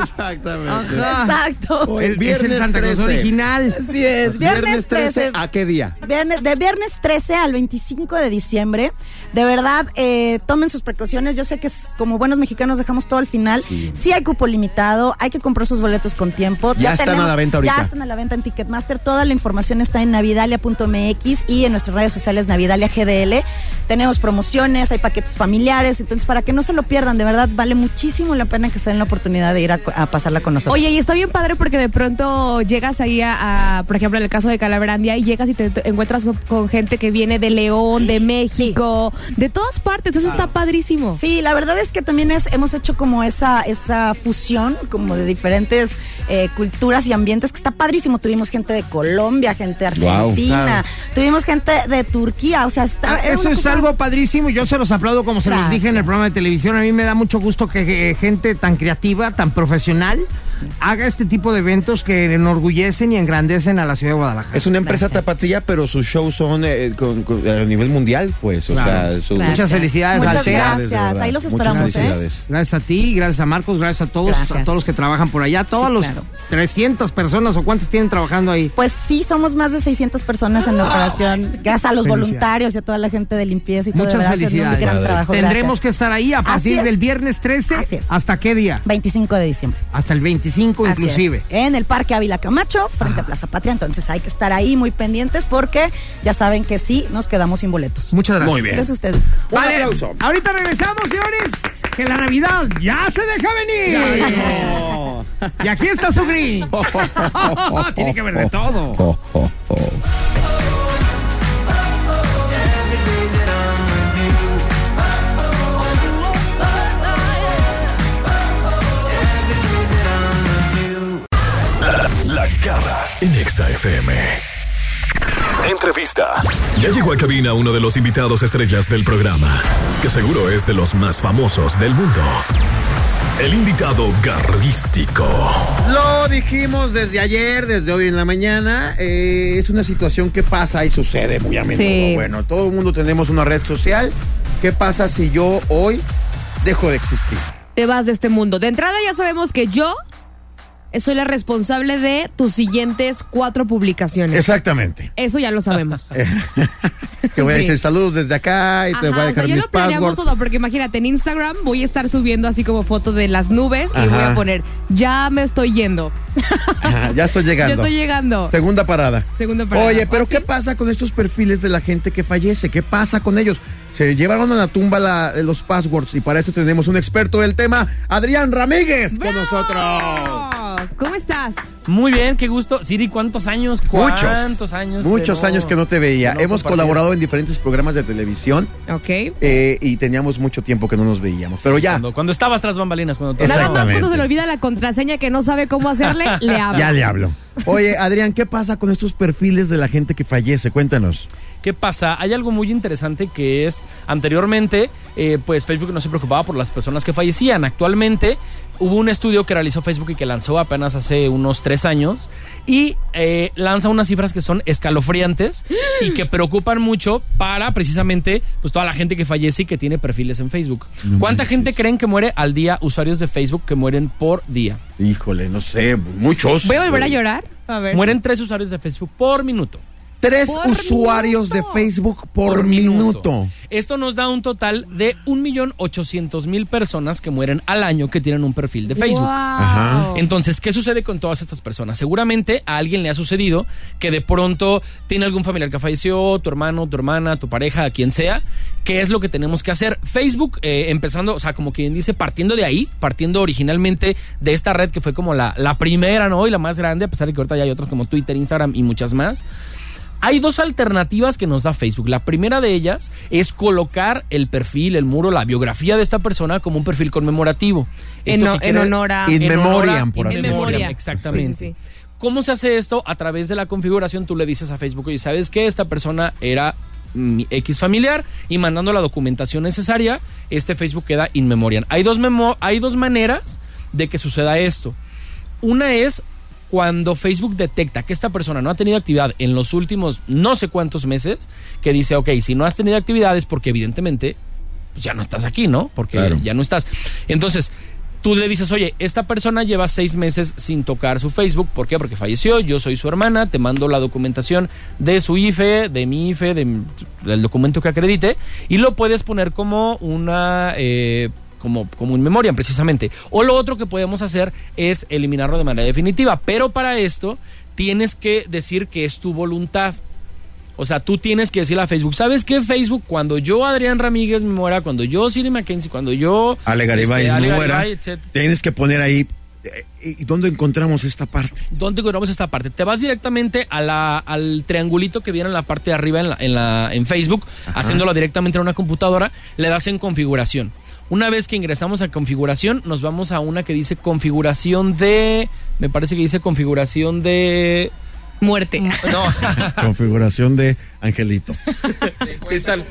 Speaker 3: Exactamente.
Speaker 2: Exacto.
Speaker 3: El
Speaker 1: es el
Speaker 3: viernes
Speaker 1: Santa Claus
Speaker 3: 13.
Speaker 1: original.
Speaker 2: Así es. Viernes 13.
Speaker 3: ¿a qué día?
Speaker 2: Viernes- de viernes 13 al 25 de diciembre. De verdad, eh, tomen sus precauciones. Yo sé que es- como buenos mexicanos dejamos todo al final. Sí. hay cupo limitado, hay que comprar sus boletos con tiempo.
Speaker 3: Ya están a la venta ahorita.
Speaker 2: Ya están a la venta en Ticketmaster. Toda la información está en navidalia.mx y en nuestras redes sociales Navidalia GDL. Tenemos promociones, hay paquetes familiares. Entonces, para que no se lo pierdan, de verdad, vale muchísimo la pena que se den la oportunidad de ir a, a pasarla con nosotros.
Speaker 8: Oye, y está bien padre porque de pronto llegas ahí a, a, por ejemplo, en el caso de Calabrandia, y llegas y te te encuentras con gente que viene de León, de México, de todas partes. Eso está padrísimo.
Speaker 2: Sí, la verdad es que también es, hemos hecho como esa, esa fusión, como de diferentes eh, culturas y ambientes, que está padrísimo. Tuvimos gente de Colombia, gente de Argentina,
Speaker 3: Guau,
Speaker 1: claro. Ah,
Speaker 2: tuvimos gente de Turquía, o sea, está, era
Speaker 1: Eso
Speaker 2: una
Speaker 1: es
Speaker 2: cosa-
Speaker 1: algo padrísimo. Yo se los aplaudo, como se los
Speaker 2: Gracias.
Speaker 1: dije en el programa de televisión. A mí me da mucho gusto que, que eh, gente tan creativa, tan profesional, haga este tipo de eventos que enorgullecen y engrandecen a la ciudad de Guadalajara.
Speaker 3: Es una empresa tapatilla, pero sus shows son eh, con- con- a nivel mundial, pues. O
Speaker 1: Claro.
Speaker 3: sea, su-
Speaker 2: Gracias.
Speaker 1: Muchas felicidades,
Speaker 2: Muchas
Speaker 1: Altea.
Speaker 2: gracias.
Speaker 3: de verdad.
Speaker 2: Ahí los
Speaker 3: Muchas
Speaker 2: esperamos, ¿eh?
Speaker 3: felicidades.
Speaker 1: Gracias a ti, gracias a Marcos, gracias a todos,
Speaker 2: Gracias.
Speaker 1: a todos los que trabajan por allá, todas
Speaker 2: Sí,
Speaker 1: los
Speaker 2: claro.
Speaker 1: 300 personas o cuántas tienen trabajando ahí.
Speaker 2: Pues sí, somos más de 600 personas en la operación, gracias a los
Speaker 1: Felicidades.
Speaker 2: voluntarios y a toda la gente de limpieza y todo. de
Speaker 1: Muchas
Speaker 2: verdad, haciendo
Speaker 1: felicidades.
Speaker 2: Un gran
Speaker 3: Padre.
Speaker 2: trabajo,
Speaker 1: Tendremos que
Speaker 2: gracias.
Speaker 1: estar ahí a partir
Speaker 2: es.
Speaker 1: del viernes 13.
Speaker 2: Así es.
Speaker 1: ¿Hasta qué día?
Speaker 2: 25 de diciembre.
Speaker 1: Hasta el 25
Speaker 2: Así
Speaker 1: inclusive.
Speaker 2: es, en el Parque Ávila Camacho, frente a Plaza Patria. Entonces hay que estar ahí muy pendientes porque ya saben que sí, nos quedamos sin boletos.
Speaker 1: Muchas gracias.
Speaker 3: Muy bien.
Speaker 2: Gracias a ustedes.
Speaker 1: Vale, ahorita regresamos, señores, que la Navidad ya se deja venir. y aquí está su gris. Tiene que ver de todo.
Speaker 3: Oh, oh, oh.
Speaker 4: La garra en Exa FM.
Speaker 9: Entrevista.
Speaker 4: Ya llegó a cabina uno de los invitados estrellas del programa, que seguro es de los más famosos del mundo. El invitado garrístico.
Speaker 3: Lo dijimos desde ayer, desde hoy en la mañana. eh, es una situación que pasa y sucede muy a menudo.
Speaker 8: Sí.
Speaker 3: Bueno, todo el mundo tenemos una red social. ¿Qué pasa si yo hoy dejo de existir?
Speaker 8: Te vas de este mundo. De entrada ya sabemos que yo soy la responsable de tus siguientes cuatro publicaciones.
Speaker 3: Exactamente.
Speaker 8: Eso ya lo sabemos.
Speaker 3: Que voy a
Speaker 8: Sí.
Speaker 3: decir saludos desde acá y te voy a
Speaker 8: Ajá, o sea,
Speaker 3: dejar
Speaker 8: ya
Speaker 3: mis
Speaker 8: lo planeamos
Speaker 3: passwords.
Speaker 8: todo, porque imagínate, en Instagram voy a estar subiendo así como foto de las nubes y voy a
Speaker 3: Ajá.
Speaker 8: poner, ya me estoy yendo.
Speaker 3: Ajá, ya estoy
Speaker 8: ya
Speaker 3: llegando.
Speaker 8: estoy llegando.
Speaker 3: Segunda parada.
Speaker 8: Segunda parada.
Speaker 3: Oye, pero
Speaker 8: ¿Ah,
Speaker 3: ¿qué
Speaker 8: sí?
Speaker 3: pasa con estos perfiles de la gente que fallece? ¿Qué pasa con ellos? Se llevaron a la tumba la- los passwords y para eso tenemos un experto del tema, Adrián Ramírez,
Speaker 8: ¡Bravo!
Speaker 3: con nosotros.
Speaker 8: ¿Cómo estás?
Speaker 1: Muy bien, qué gusto. Siri, ¿cuántos años?
Speaker 3: Muchos.
Speaker 1: ¿Cuántos años?
Speaker 3: Muchos años que no te veía.
Speaker 1: que no
Speaker 3: Hemos
Speaker 1: compartía?
Speaker 3: colaborado en diferentes programas de televisión
Speaker 8: Ok.
Speaker 3: eh, y teníamos mucho tiempo que no nos veíamos. Pero ya,
Speaker 1: Cuando, cuando estabas tras bambalinas, cuando tú-
Speaker 8: Nada más cuando
Speaker 3: Exactamente.
Speaker 8: se le olvida la contraseña que no sabe cómo hacerle, le habla.
Speaker 3: ya le hablo. Oye, Adrián, ¿qué pasa con estos perfiles de la gente que fallece? Cuéntanos.
Speaker 1: ¿Qué pasa? Hay algo muy interesante que es, anteriormente, eh, pues Facebook no se preocupaba por las personas que fallecían. Actualmente hubo un estudio que realizó Facebook y que lanzó apenas hace unos tres años y eh, lanza unas cifras que son escalofriantes y que preocupan mucho para precisamente pues toda la gente que fallece y que tiene perfiles en Facebook. ¿Cuánta gente creen que muere al día usuarios de Facebook que mueren por día?
Speaker 3: Híjole, no sé, muchos.
Speaker 8: Voy a volver a llorar. A ver.
Speaker 1: Mueren tres usuarios de Facebook por minuto.
Speaker 3: Tres
Speaker 8: Por
Speaker 3: usuarios
Speaker 8: minuto.
Speaker 3: de Facebook por, minuto.
Speaker 1: Esto nos da un total de 1.800.000 personas que mueren al año que tienen un perfil de Facebook.
Speaker 8: Wow.
Speaker 3: Ajá.
Speaker 1: Entonces, ¿qué sucede con todas estas personas? Seguramente a alguien le ha sucedido que de pronto tiene algún familiar que falleció, tu hermano, tu hermana, tu pareja, quien sea. ¿Qué es lo que tenemos que hacer? Facebook, eh, empezando, o sea, como quien dice, partiendo de ahí, partiendo originalmente de esta red que fue como la, la primera, ¿no? Y la más grande, a pesar de que ahorita ya hay otras como Twitter, Instagram y muchas más. Hay dos alternativas que nos da Facebook. La primera de ellas es colocar el perfil, el muro, la biografía de esta persona como un perfil conmemorativo.
Speaker 8: En,
Speaker 1: Esto
Speaker 8: no-
Speaker 1: que
Speaker 8: en
Speaker 1: quiere-
Speaker 8: honor a.
Speaker 3: In
Speaker 1: en
Speaker 3: memoriam,
Speaker 1: honor a-
Speaker 3: por
Speaker 1: in
Speaker 3: así
Speaker 1: memoriam,
Speaker 3: decirlo.
Speaker 1: Exactamente.
Speaker 8: Sí, sí, sí.
Speaker 1: ¿Cómo se hace esto? A través de la configuración tú le dices a Facebook, oye, ¿sabes qué? Esta persona era mi X familiar y mandando la documentación necesaria, este Facebook queda in memoriam. Hay dos, memo- hay dos maneras de que suceda esto. Una es cuando Facebook detecta que esta persona no ha tenido actividad en los últimos no sé cuántos meses, que dice, ok, si no has tenido actividad es porque evidentemente pues ya no estás aquí, ¿no? Porque
Speaker 3: Claro.
Speaker 1: ya no estás. Entonces, tú le dices, oye, esta persona lleva seis meses sin tocar su Facebook. ¿Por qué? Porque falleció, yo soy su hermana, te mando la documentación de su IFE, de mi IFE, de mi- del documento que acredite, y lo puedes poner como una... eh, como, como un memoria, precisamente. O lo otro que podemos hacer es eliminarlo de manera definitiva. Pero para esto tienes que decir que es tu voluntad. O sea, tú tienes que decirle a Facebook, ¿sabes qué, Facebook? Cuando yo, Adrián Ramírez, me muera, cuando yo, Siri Mackenzie, cuando yo...
Speaker 3: Ale Garibay,
Speaker 1: este, Ale
Speaker 3: no
Speaker 1: Garibay,
Speaker 3: era.
Speaker 1: etcétera.
Speaker 3: Tienes que poner ahí. eh, ¿Y dónde encontramos esta parte?
Speaker 1: ¿Dónde encontramos esta parte? Te vas directamente a la- al triangulito que viene en la parte de arriba en, la- en la- en Facebook, haciéndolo directamente en una computadora, le das en configuración. Una vez que ingresamos a configuración, nos vamos a una que dice configuración de... Me parece que dice configuración de...
Speaker 8: Muerte.
Speaker 1: No,
Speaker 3: Configuración de Angelito.
Speaker 1: ¿qué sal-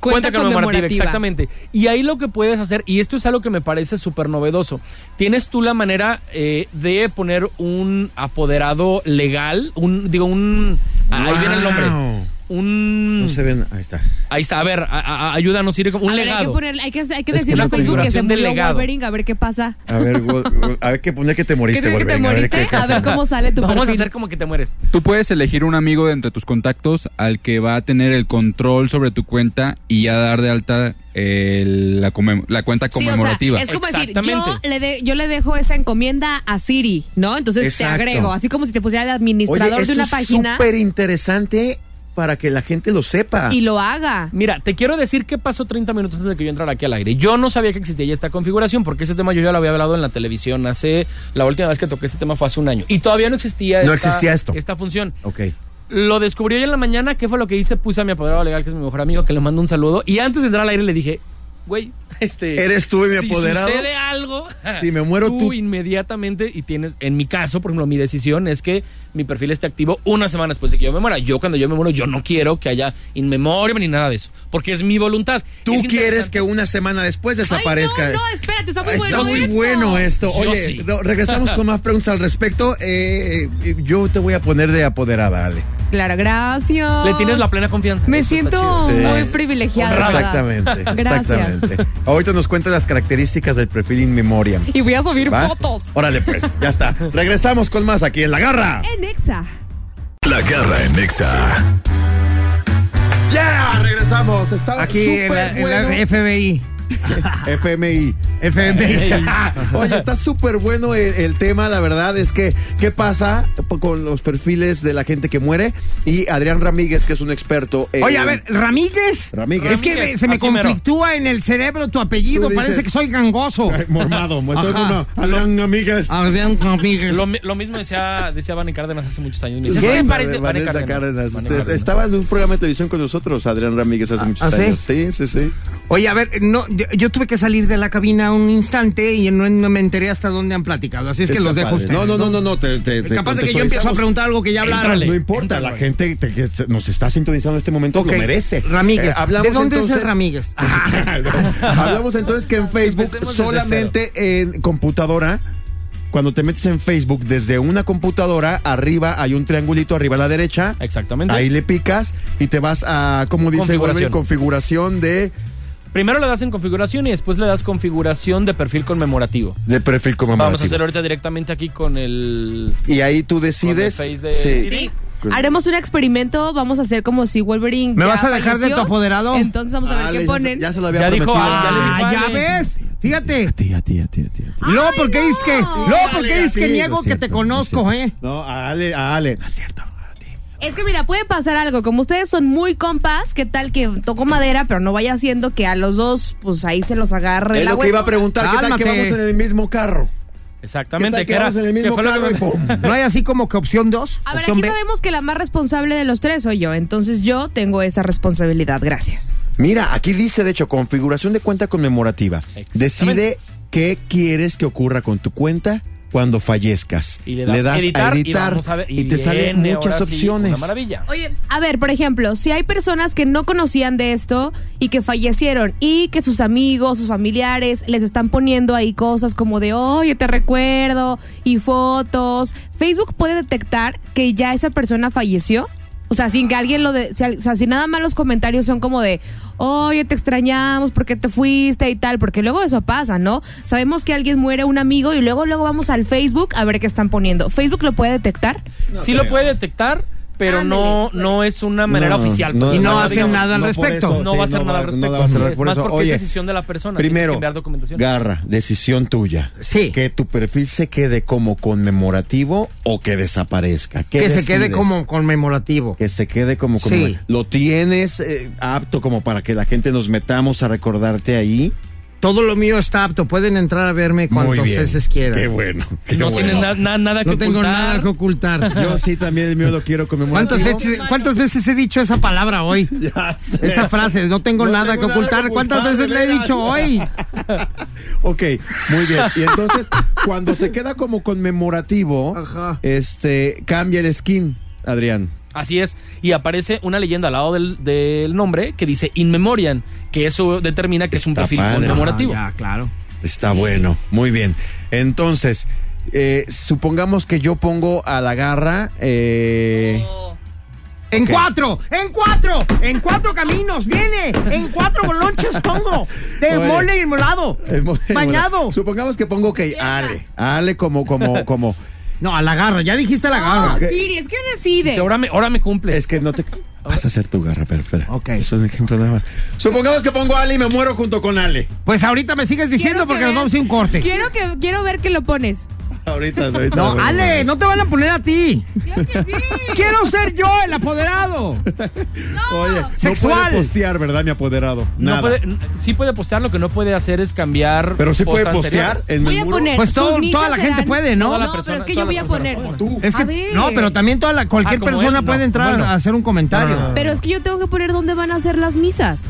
Speaker 8: Cuenta conmemorativa.
Speaker 1: Exactamente. Y ahí lo que puedes hacer, y esto es algo que me parece súper novedoso, tienes tú la manera eh, de poner un apoderado legal, un, digo, un... Ahí viene el nombre.
Speaker 3: Wow.
Speaker 1: Un...
Speaker 3: No se ven. Ahí está.
Speaker 1: Ahí está, a ver, a- a- ayúdanos, sirve como un
Speaker 8: A ver, hay que,
Speaker 1: legado.
Speaker 8: poner- hay que, hay que
Speaker 3: Es que
Speaker 8: decirle
Speaker 3: la
Speaker 8: a Facebook que se
Speaker 1: configuración del
Speaker 8: murió
Speaker 1: legado.
Speaker 8: Wolverine, a ver qué pasa.
Speaker 3: A ver, Gol- Gol- a ver qué poner que te
Speaker 8: ¿Qué
Speaker 3: moriste,
Speaker 8: te, que te
Speaker 3: Wolverine, a ver
Speaker 8: moriste?
Speaker 3: qué
Speaker 8: A
Speaker 3: pasa.
Speaker 8: ver cómo sale tu
Speaker 1: Vamos a
Speaker 8: perfil.
Speaker 1: hacer como que te mueres.
Speaker 4: Tú puedes elegir un amigo de entre tus contactos al que va a tener el control sobre tu cuenta y a dar de alta el- la, comem- la cuenta
Speaker 8: Sí, o sea,
Speaker 4: conmemorativa.
Speaker 8: es como decir, yo
Speaker 1: Exactamente.
Speaker 8: le, de- yo le dejo esa encomienda a Siri, ¿no? Entonces te
Speaker 3: Exacto.
Speaker 8: agrego, así como si te pusiera de administrador
Speaker 3: Oye, esto
Speaker 8: de una
Speaker 3: es
Speaker 8: página
Speaker 3: súper interesante para que la gente lo sepa.
Speaker 8: y lo haga.
Speaker 1: Mira, te quiero decir qué pasó 30 minutos antes de que yo entrara aquí al aire. Yo no sabía que existía ya esta configuración porque ese tema yo ya lo había hablado en la televisión hace... La última vez que toqué este tema fue hace un año. Y todavía no existía,
Speaker 3: No
Speaker 1: esta-
Speaker 3: existía esto.
Speaker 1: esta función.
Speaker 3: Ok.
Speaker 1: Lo descubrí hoy en la mañana, ¿qué fue lo que hice? Puse a mi apoderado legal, que es mi mejor amigo, que le mando un saludo. Y antes de entrar al aire le dije, güey, este...
Speaker 3: ¿Eres tú y mi apoderado?
Speaker 1: Si sucede algo,
Speaker 3: Si me muero, tú-
Speaker 1: inmediatamente y tienes... En mi caso, por ejemplo, mi decisión es que mi perfil esté activo una semana después de que yo me muera. Yo cuando yo me muero, yo no quiero que haya inmemoria ni nada de eso, porque es mi voluntad.
Speaker 3: Tú
Speaker 1: Es
Speaker 3: quieres
Speaker 1: interesante.
Speaker 3: que una semana después
Speaker 8: Ay,
Speaker 3: desaparezca. Ah,
Speaker 8: no, no, espérate, está muy
Speaker 3: Está
Speaker 8: bueno
Speaker 3: muy
Speaker 8: esto.
Speaker 3: bueno esto.
Speaker 1: Yo
Speaker 3: Oye,
Speaker 1: sí.
Speaker 3: no, regresamos con más preguntas al respecto. Eh, eh, yo te voy a poner de apoderada, Ale.
Speaker 8: Clara, gracias.
Speaker 1: Le tienes la plena confianza.
Speaker 8: Me
Speaker 1: Eso está
Speaker 8: siento
Speaker 1: chido.
Speaker 3: Sí.
Speaker 8: Oh, muy privilegiada. la verdad.
Speaker 3: Exactamente,
Speaker 8: Gracias.
Speaker 3: exactamente. Ahorita nos cuenta las características del perfil in memoriam.
Speaker 8: Y voy a subir
Speaker 3: ¿Vas?
Speaker 8: fotos.
Speaker 3: Órale, pues, ya está. Regresamos con más aquí en La Garra.
Speaker 8: En Exa.
Speaker 4: La garra en Nexa.
Speaker 3: ¡Yeah! Regresamos. Está
Speaker 6: Aquí en la, en la FBI.
Speaker 3: FMI.
Speaker 6: FBI.
Speaker 3: Oye, está súper bueno el, el tema, la verdad es que ¿qué pasa con los perfiles de la gente que muere? Y Adrián Ramírez, que es un experto en...
Speaker 6: Oye, a ver, Ramírez.
Speaker 3: Ramírez.
Speaker 6: Es que me- se me
Speaker 1: así mero.
Speaker 6: conflictúa en el cerebro tu apellido.
Speaker 3: Tú dices-
Speaker 6: Parece que soy gangoso.
Speaker 3: Ay, Mormado, entonces,
Speaker 6: Ajá. Ah,
Speaker 3: no, Adrián Ramírez.
Speaker 6: Adrián Ramírez.
Speaker 1: Lo, mi- lo mismo decía, decía Vane Cárdenas hace muchos años. Me dice,
Speaker 3: Bien,
Speaker 1: "Es que parece Vane
Speaker 3: Vanessa Cárdenas. este,
Speaker 1: Vane
Speaker 3: Usted
Speaker 1: Cárdenas".
Speaker 3: Estaba en un programa de televisión con nosotros, Adrián Ramírez, hace muchos
Speaker 6: ¿ah, sí?
Speaker 3: años. Sí, sí, sí.
Speaker 6: Oye, a ver, no, yo, yo tuve que salir de la cabina un instante y no, no me enteré hasta dónde han platicado. Así es que
Speaker 3: Está
Speaker 6: los dejo a
Speaker 3: padre.
Speaker 6: ustedes.
Speaker 3: No, no, no, no, no. Te, te- te
Speaker 6: Capaz de que yo empiezo a
Speaker 3: contextualizamos.
Speaker 6: preguntar algo que ya hablaron.
Speaker 3: No importa, la gente te- que se- nos está sintonizando en este momento
Speaker 6: Ok,
Speaker 3: lo merece.
Speaker 6: Ramírez.
Speaker 3: Eh, hablamos
Speaker 6: ¿De dónde es el
Speaker 3: entonces-
Speaker 6: Ramírez?
Speaker 3: hablamos entonces que en Facebook
Speaker 1: Empecemos desde
Speaker 3: solamente en computadora. Cuando te metes en Facebook desde una computadora, arriba hay un triangulito arriba a la derecha.
Speaker 1: Exactamente.
Speaker 3: Ahí le picas y te vas a, como dice Wolverine,
Speaker 1: Configuración.
Speaker 3: configuración de,
Speaker 1: Primero le das en configuración y después le das configuración de perfil conmemorativo.
Speaker 3: de perfil como
Speaker 1: Vamos a hacer ahorita directamente aquí con el.
Speaker 3: Y ahí tú decides.
Speaker 1: Con el face de
Speaker 3: Sí.
Speaker 1: Siri.
Speaker 8: Sí. Haremos un experimento, vamos a hacer como si Wolverine.
Speaker 6: ¿Me
Speaker 8: ya
Speaker 6: vas a dejar de
Speaker 8: falleció.
Speaker 6: tu apoderado?
Speaker 8: Entonces vamos a ver
Speaker 3: Ah,
Speaker 8: qué
Speaker 3: le-
Speaker 8: ponen.
Speaker 3: Ya se lo había
Speaker 1: Ya dijo,
Speaker 3: prometido.
Speaker 1: ah,
Speaker 6: Ah,
Speaker 1: Vale.
Speaker 6: ya ves. Fíjate.
Speaker 3: Tía, tía, tía, tía.
Speaker 6: No, porque
Speaker 8: no.
Speaker 6: es que. No, porque es que niego que te conozco, ¿eh?
Speaker 3: No, a Ale, a Ale.
Speaker 8: Es que mira, puede pasar algo. Como ustedes son muy compas, ¿qué tal que tocó madera, pero no vaya haciendo que a los dos, pues ahí se los agarre
Speaker 3: Es
Speaker 8: la
Speaker 3: lo que iba a
Speaker 8: huesuda?
Speaker 3: preguntar, ¿qué tal que
Speaker 6: Cálmate.
Speaker 3: vamos en el mismo carro? ¿Qué
Speaker 1: Exactamente,
Speaker 3: tal
Speaker 1: que
Speaker 3: que
Speaker 1: era.
Speaker 3: vamos en el
Speaker 1: que
Speaker 3: mismo
Speaker 1: fue lo que
Speaker 3: carro y
Speaker 1: me-
Speaker 3: pum?
Speaker 6: No hay así como que opción 2.
Speaker 8: A ver,
Speaker 6: opción
Speaker 8: aquí
Speaker 6: B.
Speaker 8: sabemos que la más responsable de los tres soy yo, entonces yo tengo esa responsabilidad, gracias.
Speaker 3: Mira, aquí dice, de hecho, configuración de cuenta conmemorativa.
Speaker 1: Exactamente.
Speaker 3: Decide qué quieres que ocurra con tu cuenta cuando fallezcas.
Speaker 1: Y le das, editar,
Speaker 3: a
Speaker 1: y,
Speaker 3: editar
Speaker 1: vamos a ver-
Speaker 3: y, te
Speaker 1: viene
Speaker 3: salen
Speaker 1: ahora
Speaker 3: muchas
Speaker 1: sí,
Speaker 3: opciones.
Speaker 1: una maravilla.
Speaker 8: Oye, a ver, por ejemplo, si hay personas que no conocían de esto y que fallecieron y que sus amigos, sus familiares les están poniendo ahí cosas como de, oye, te recuerdo y fotos, Facebook puede detectar que ya esa persona falleció. O sea, sin que alguien lo de, si al- o sea, si nada más los comentarios son como de, oye, te extrañamos, porque te fuiste y tal? Porque luego eso pasa, ¿no? Sabemos que alguien muere, un amigo, y luego, luego vamos al Facebook a ver qué están poniendo. ¿Facebook lo puede detectar?
Speaker 1: sí lo puede detectar, pero no,
Speaker 8: Ándale,
Speaker 1: no es una manera oficial.
Speaker 6: no,
Speaker 1: pues,
Speaker 6: y no
Speaker 1: digamos,
Speaker 6: hacen nada al
Speaker 3: por
Speaker 6: respecto.
Speaker 3: eso,
Speaker 1: No va a hacer nada al
Speaker 3: No
Speaker 1: respecto,
Speaker 3: va a hacer
Speaker 1: sí,
Speaker 3: nada
Speaker 1: es
Speaker 3: por
Speaker 1: más
Speaker 3: eso.
Speaker 1: porque es
Speaker 3: Oye,
Speaker 1: decisión de la persona, tienes que
Speaker 3: Primero,
Speaker 1: enviar documentación.
Speaker 3: garra, decisión tuya.
Speaker 6: Sí.
Speaker 3: Que tu perfil se quede como conmemorativo o que desaparezca. ¿Qué
Speaker 6: Que se quede
Speaker 3: decides?
Speaker 6: como conmemorativo.
Speaker 3: Que se quede como... como
Speaker 6: Sí.
Speaker 3: Lo tienes eh, apto como para que la gente nos metamos a recordarte ahí.
Speaker 6: Todo lo mío está apto. Pueden entrar a verme cuantas veces quieran.
Speaker 3: Qué bueno. qué
Speaker 1: No
Speaker 3: bueno.
Speaker 1: tienes na- na- nada que
Speaker 6: No tengo
Speaker 1: ocultar.
Speaker 6: nada que ocultar.
Speaker 3: Yo sí también el mío lo quiero conmemorar.
Speaker 6: ¿Cuántas veces, ¿Cuántas veces he dicho esa palabra hoy?
Speaker 3: Ya sé.
Speaker 6: Esa frase, no tengo
Speaker 3: No
Speaker 6: nada
Speaker 3: tengo
Speaker 6: que
Speaker 3: nada que
Speaker 6: ocultar. ¿Cuántas
Speaker 3: ocultar,
Speaker 6: veces
Speaker 3: de
Speaker 6: le he
Speaker 3: veras.
Speaker 6: dicho hoy?
Speaker 3: Ok, muy bien. Y entonces, cuando se queda como conmemorativo,
Speaker 6: Ajá.
Speaker 3: este cambia el skin, Adrián.
Speaker 1: Así es. Y aparece una leyenda al lado del, del nombre que dice In Memoriam, que eso determina que es un
Speaker 3: Está
Speaker 1: perfil
Speaker 3: padre.
Speaker 1: conmemorativo.
Speaker 6: Ah, ya, claro.
Speaker 3: Está bueno, muy bien. Entonces, eh, supongamos que yo pongo a la garra. eh,
Speaker 6: Oh. En cuatro, en cuatro, en cuatro caminos, viene, en cuatro lonches pongo, de
Speaker 3: Oye.
Speaker 6: mole y molado,
Speaker 3: el mo-
Speaker 6: bañado.
Speaker 3: Supongamos que pongo que Ale. Ale como, como, como.
Speaker 6: No, a la garra, ya dijiste la garra.
Speaker 8: No, Siri, es que decide.
Speaker 1: Dice, ahora me, ahora me cumples.
Speaker 3: Es que no te. Vas a hacer tu garra, pero espera.
Speaker 6: Ok.
Speaker 3: Es un ejemplo nada más. Supongamos que pongo a Ale y me muero junto con Ale.
Speaker 6: Pues ahorita me sigues diciendo
Speaker 8: Quiero
Speaker 6: porque
Speaker 8: que
Speaker 6: nos vamos a
Speaker 8: veas-
Speaker 6: ir un corte.
Speaker 8: Quiero que quiero ver que lo pones.
Speaker 3: Ahorita, ahorita.
Speaker 6: No,
Speaker 3: bueno,
Speaker 6: Ale, no te van a poner a ti.
Speaker 8: Claro que sí.
Speaker 6: Quiero ser yo el apoderado.
Speaker 3: Oye,
Speaker 6: Sexual.
Speaker 3: No puede postear, ¿verdad, mi apoderado?
Speaker 1: No
Speaker 3: Nada.
Speaker 1: puede- n- sí puede postear, lo que no puede hacer es cambiar.
Speaker 3: Pero sí puede
Speaker 1: posts
Speaker 3: postear eh,
Speaker 1: anteriores.
Speaker 3: en
Speaker 8: Voy
Speaker 3: mi
Speaker 8: a
Speaker 3: muro.
Speaker 8: poner.
Speaker 6: Pues todo-
Speaker 8: sus misas
Speaker 6: toda la gente
Speaker 8: serán-
Speaker 6: puede, ¿no?
Speaker 1: Toda la
Speaker 8: No,
Speaker 1: persona-
Speaker 8: pero es que
Speaker 1: toda
Speaker 8: yo
Speaker 1: la
Speaker 8: voy a
Speaker 1: persona.
Speaker 8: poner.
Speaker 1: Como
Speaker 6: Es
Speaker 8: A
Speaker 6: que
Speaker 8: ver.
Speaker 6: no, pero también toda la cualquier
Speaker 1: Ah, como
Speaker 6: persona
Speaker 1: él, no.
Speaker 6: puede entrar
Speaker 1: Bueno.
Speaker 6: a hacer un comentario.
Speaker 8: Pero es que yo tengo que poner dónde van a ser las misas.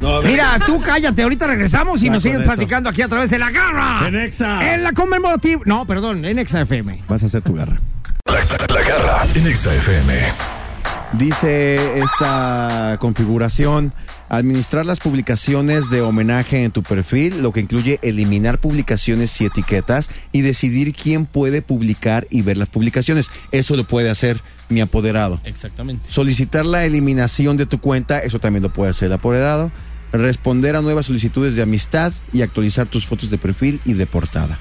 Speaker 3: No, a ver.
Speaker 6: Mira, tú cállate, ahorita regresamos y
Speaker 3: Ya
Speaker 6: nos
Speaker 3: con
Speaker 6: sigues
Speaker 3: eso.
Speaker 6: platicando aquí a través de la garra.
Speaker 3: En Exa.
Speaker 6: En la conmemorativa. No, perdón, en Exa FM.
Speaker 3: Vas a hacer tu garra.
Speaker 4: La garra en Nexa FM.
Speaker 3: Dice esta configuración. Administrar las publicaciones de homenaje en tu perfil, lo que incluye eliminar publicaciones y etiquetas y decidir quién puede publicar y ver las publicaciones. Eso lo puede hacer mi apoderado.
Speaker 1: Exactamente.
Speaker 3: Solicitar la eliminación de tu cuenta, eso también lo puede hacer el apoderado. Responder a nuevas solicitudes de amistad y actualizar tus fotos de perfil y de portada.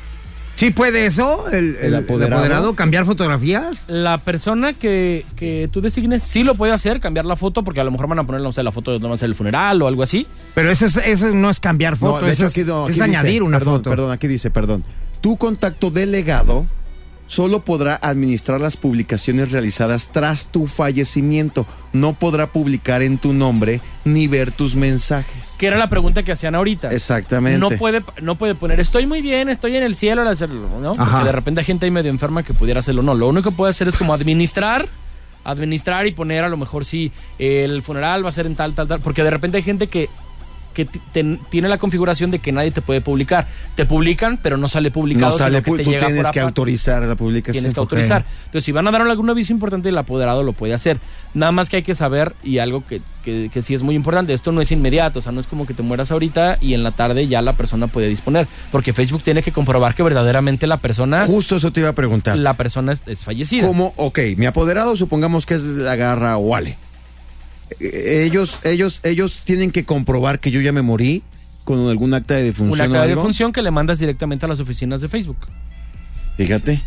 Speaker 6: ¿Sí puede eso? ¿El, el- el apoderado?
Speaker 3: apoderado?
Speaker 6: ¿Cambiar fotografías?
Speaker 1: La persona que, que tú designes sí lo puede hacer, cambiar la foto, porque a lo mejor van a poner, no sé, la foto de nomás el funeral o algo así.
Speaker 6: Pero eso, es- eso no es cambiar
Speaker 3: No,
Speaker 6: foto,
Speaker 3: de
Speaker 6: eso
Speaker 3: hecho,
Speaker 6: es,
Speaker 3: aquí no,
Speaker 6: es
Speaker 3: aquí dice-
Speaker 6: añadir una
Speaker 3: perdón,
Speaker 6: foto.
Speaker 3: Perdón, aquí dice, perdón. Tu contacto delegado solo podrá administrar las publicaciones realizadas tras tu fallecimiento. No podrá publicar en tu nombre ni ver tus mensajes.
Speaker 1: Que era la pregunta que hacían ahorita.
Speaker 3: Exactamente.
Speaker 1: No puede, no puede poner, estoy muy bien, estoy en el cielo, la- ¿no?
Speaker 6: Ajá.
Speaker 1: Porque de repente hay gente ahí medio enferma que pudiera hacerlo. No, lo único que puede hacer es como administrar, administrar y poner a lo mejor si el funeral va a ser en tal, tal, tal. Porque de repente hay gente que, que ti- ten- tiene la configuración de que nadie te puede publicar. Te publican, pero no sale publicado.
Speaker 3: no sale,
Speaker 1: sino que
Speaker 3: pu-
Speaker 1: te
Speaker 3: tú
Speaker 1: llega por
Speaker 3: tienes que
Speaker 1: aparte.
Speaker 3: autorizar la publicación.
Speaker 1: Tienes que autorizar. Entonces, si van a dar algún aviso importante, el apoderado lo puede hacer. Nada más que hay que saber, y algo que, que- que sí es muy importante, esto no es inmediato, o sea, no es como que te mueras ahorita y en la tarde ya la persona puede disponer. Porque Facebook tiene que comprobar que verdaderamente la persona,
Speaker 3: Justo eso te iba a preguntar.
Speaker 1: Ah. la persona es, es fallecida.
Speaker 3: Como, ok, mi apoderado supongamos que es la garra o Ale. Eh, Ellos, ellos, ellos tienen que comprobar que yo ya me morí con algún acta de defunción.
Speaker 1: Una
Speaker 3: o
Speaker 1: clave de
Speaker 3: algo.
Speaker 1: función que le mandas directamente a las oficinas de Facebook.
Speaker 3: Fíjate.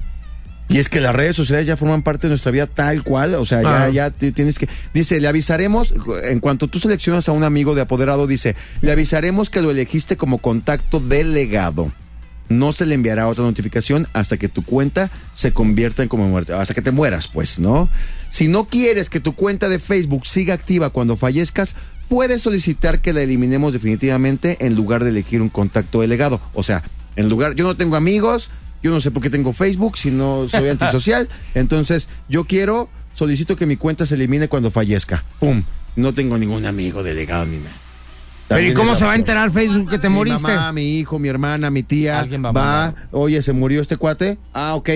Speaker 3: Y es que las redes sociales ya forman parte de nuestra vida tal cual, o sea,
Speaker 6: Ah.
Speaker 3: ya, ya te- tienes que... Dice, le avisaremos, en cuanto tú seleccionas a un amigo de apoderado, dice, le avisaremos que lo elegiste como contacto delegado. No se le enviará otra notificación hasta que tu cuenta se convierta en como muerte, hasta que te mueras, pues, ¿no? Si no quieres que tu cuenta de Facebook siga activa cuando fallezcas, puedes solicitar que la eliminemos definitivamente en lugar de elegir un contacto delegado. O sea, en lugar, yo no tengo amigos, yo no sé por qué tengo Facebook, si no soy antisocial. Entonces, yo quiero, solicito que mi cuenta se elimine cuando fallezca. ¡Pum! No tengo ningún amigo delegado ni nada.
Speaker 6: Pero ¿y
Speaker 3: También
Speaker 6: cómo
Speaker 3: es
Speaker 6: se va a
Speaker 3: absurdo.
Speaker 6: enterar Facebook que te
Speaker 3: mi
Speaker 6: moriste?
Speaker 3: mamá, mi hijo, mi hermana, mi tía
Speaker 1: Alguien va
Speaker 3: va,
Speaker 1: a
Speaker 3: oye, se murió este cuate. Ah, ok.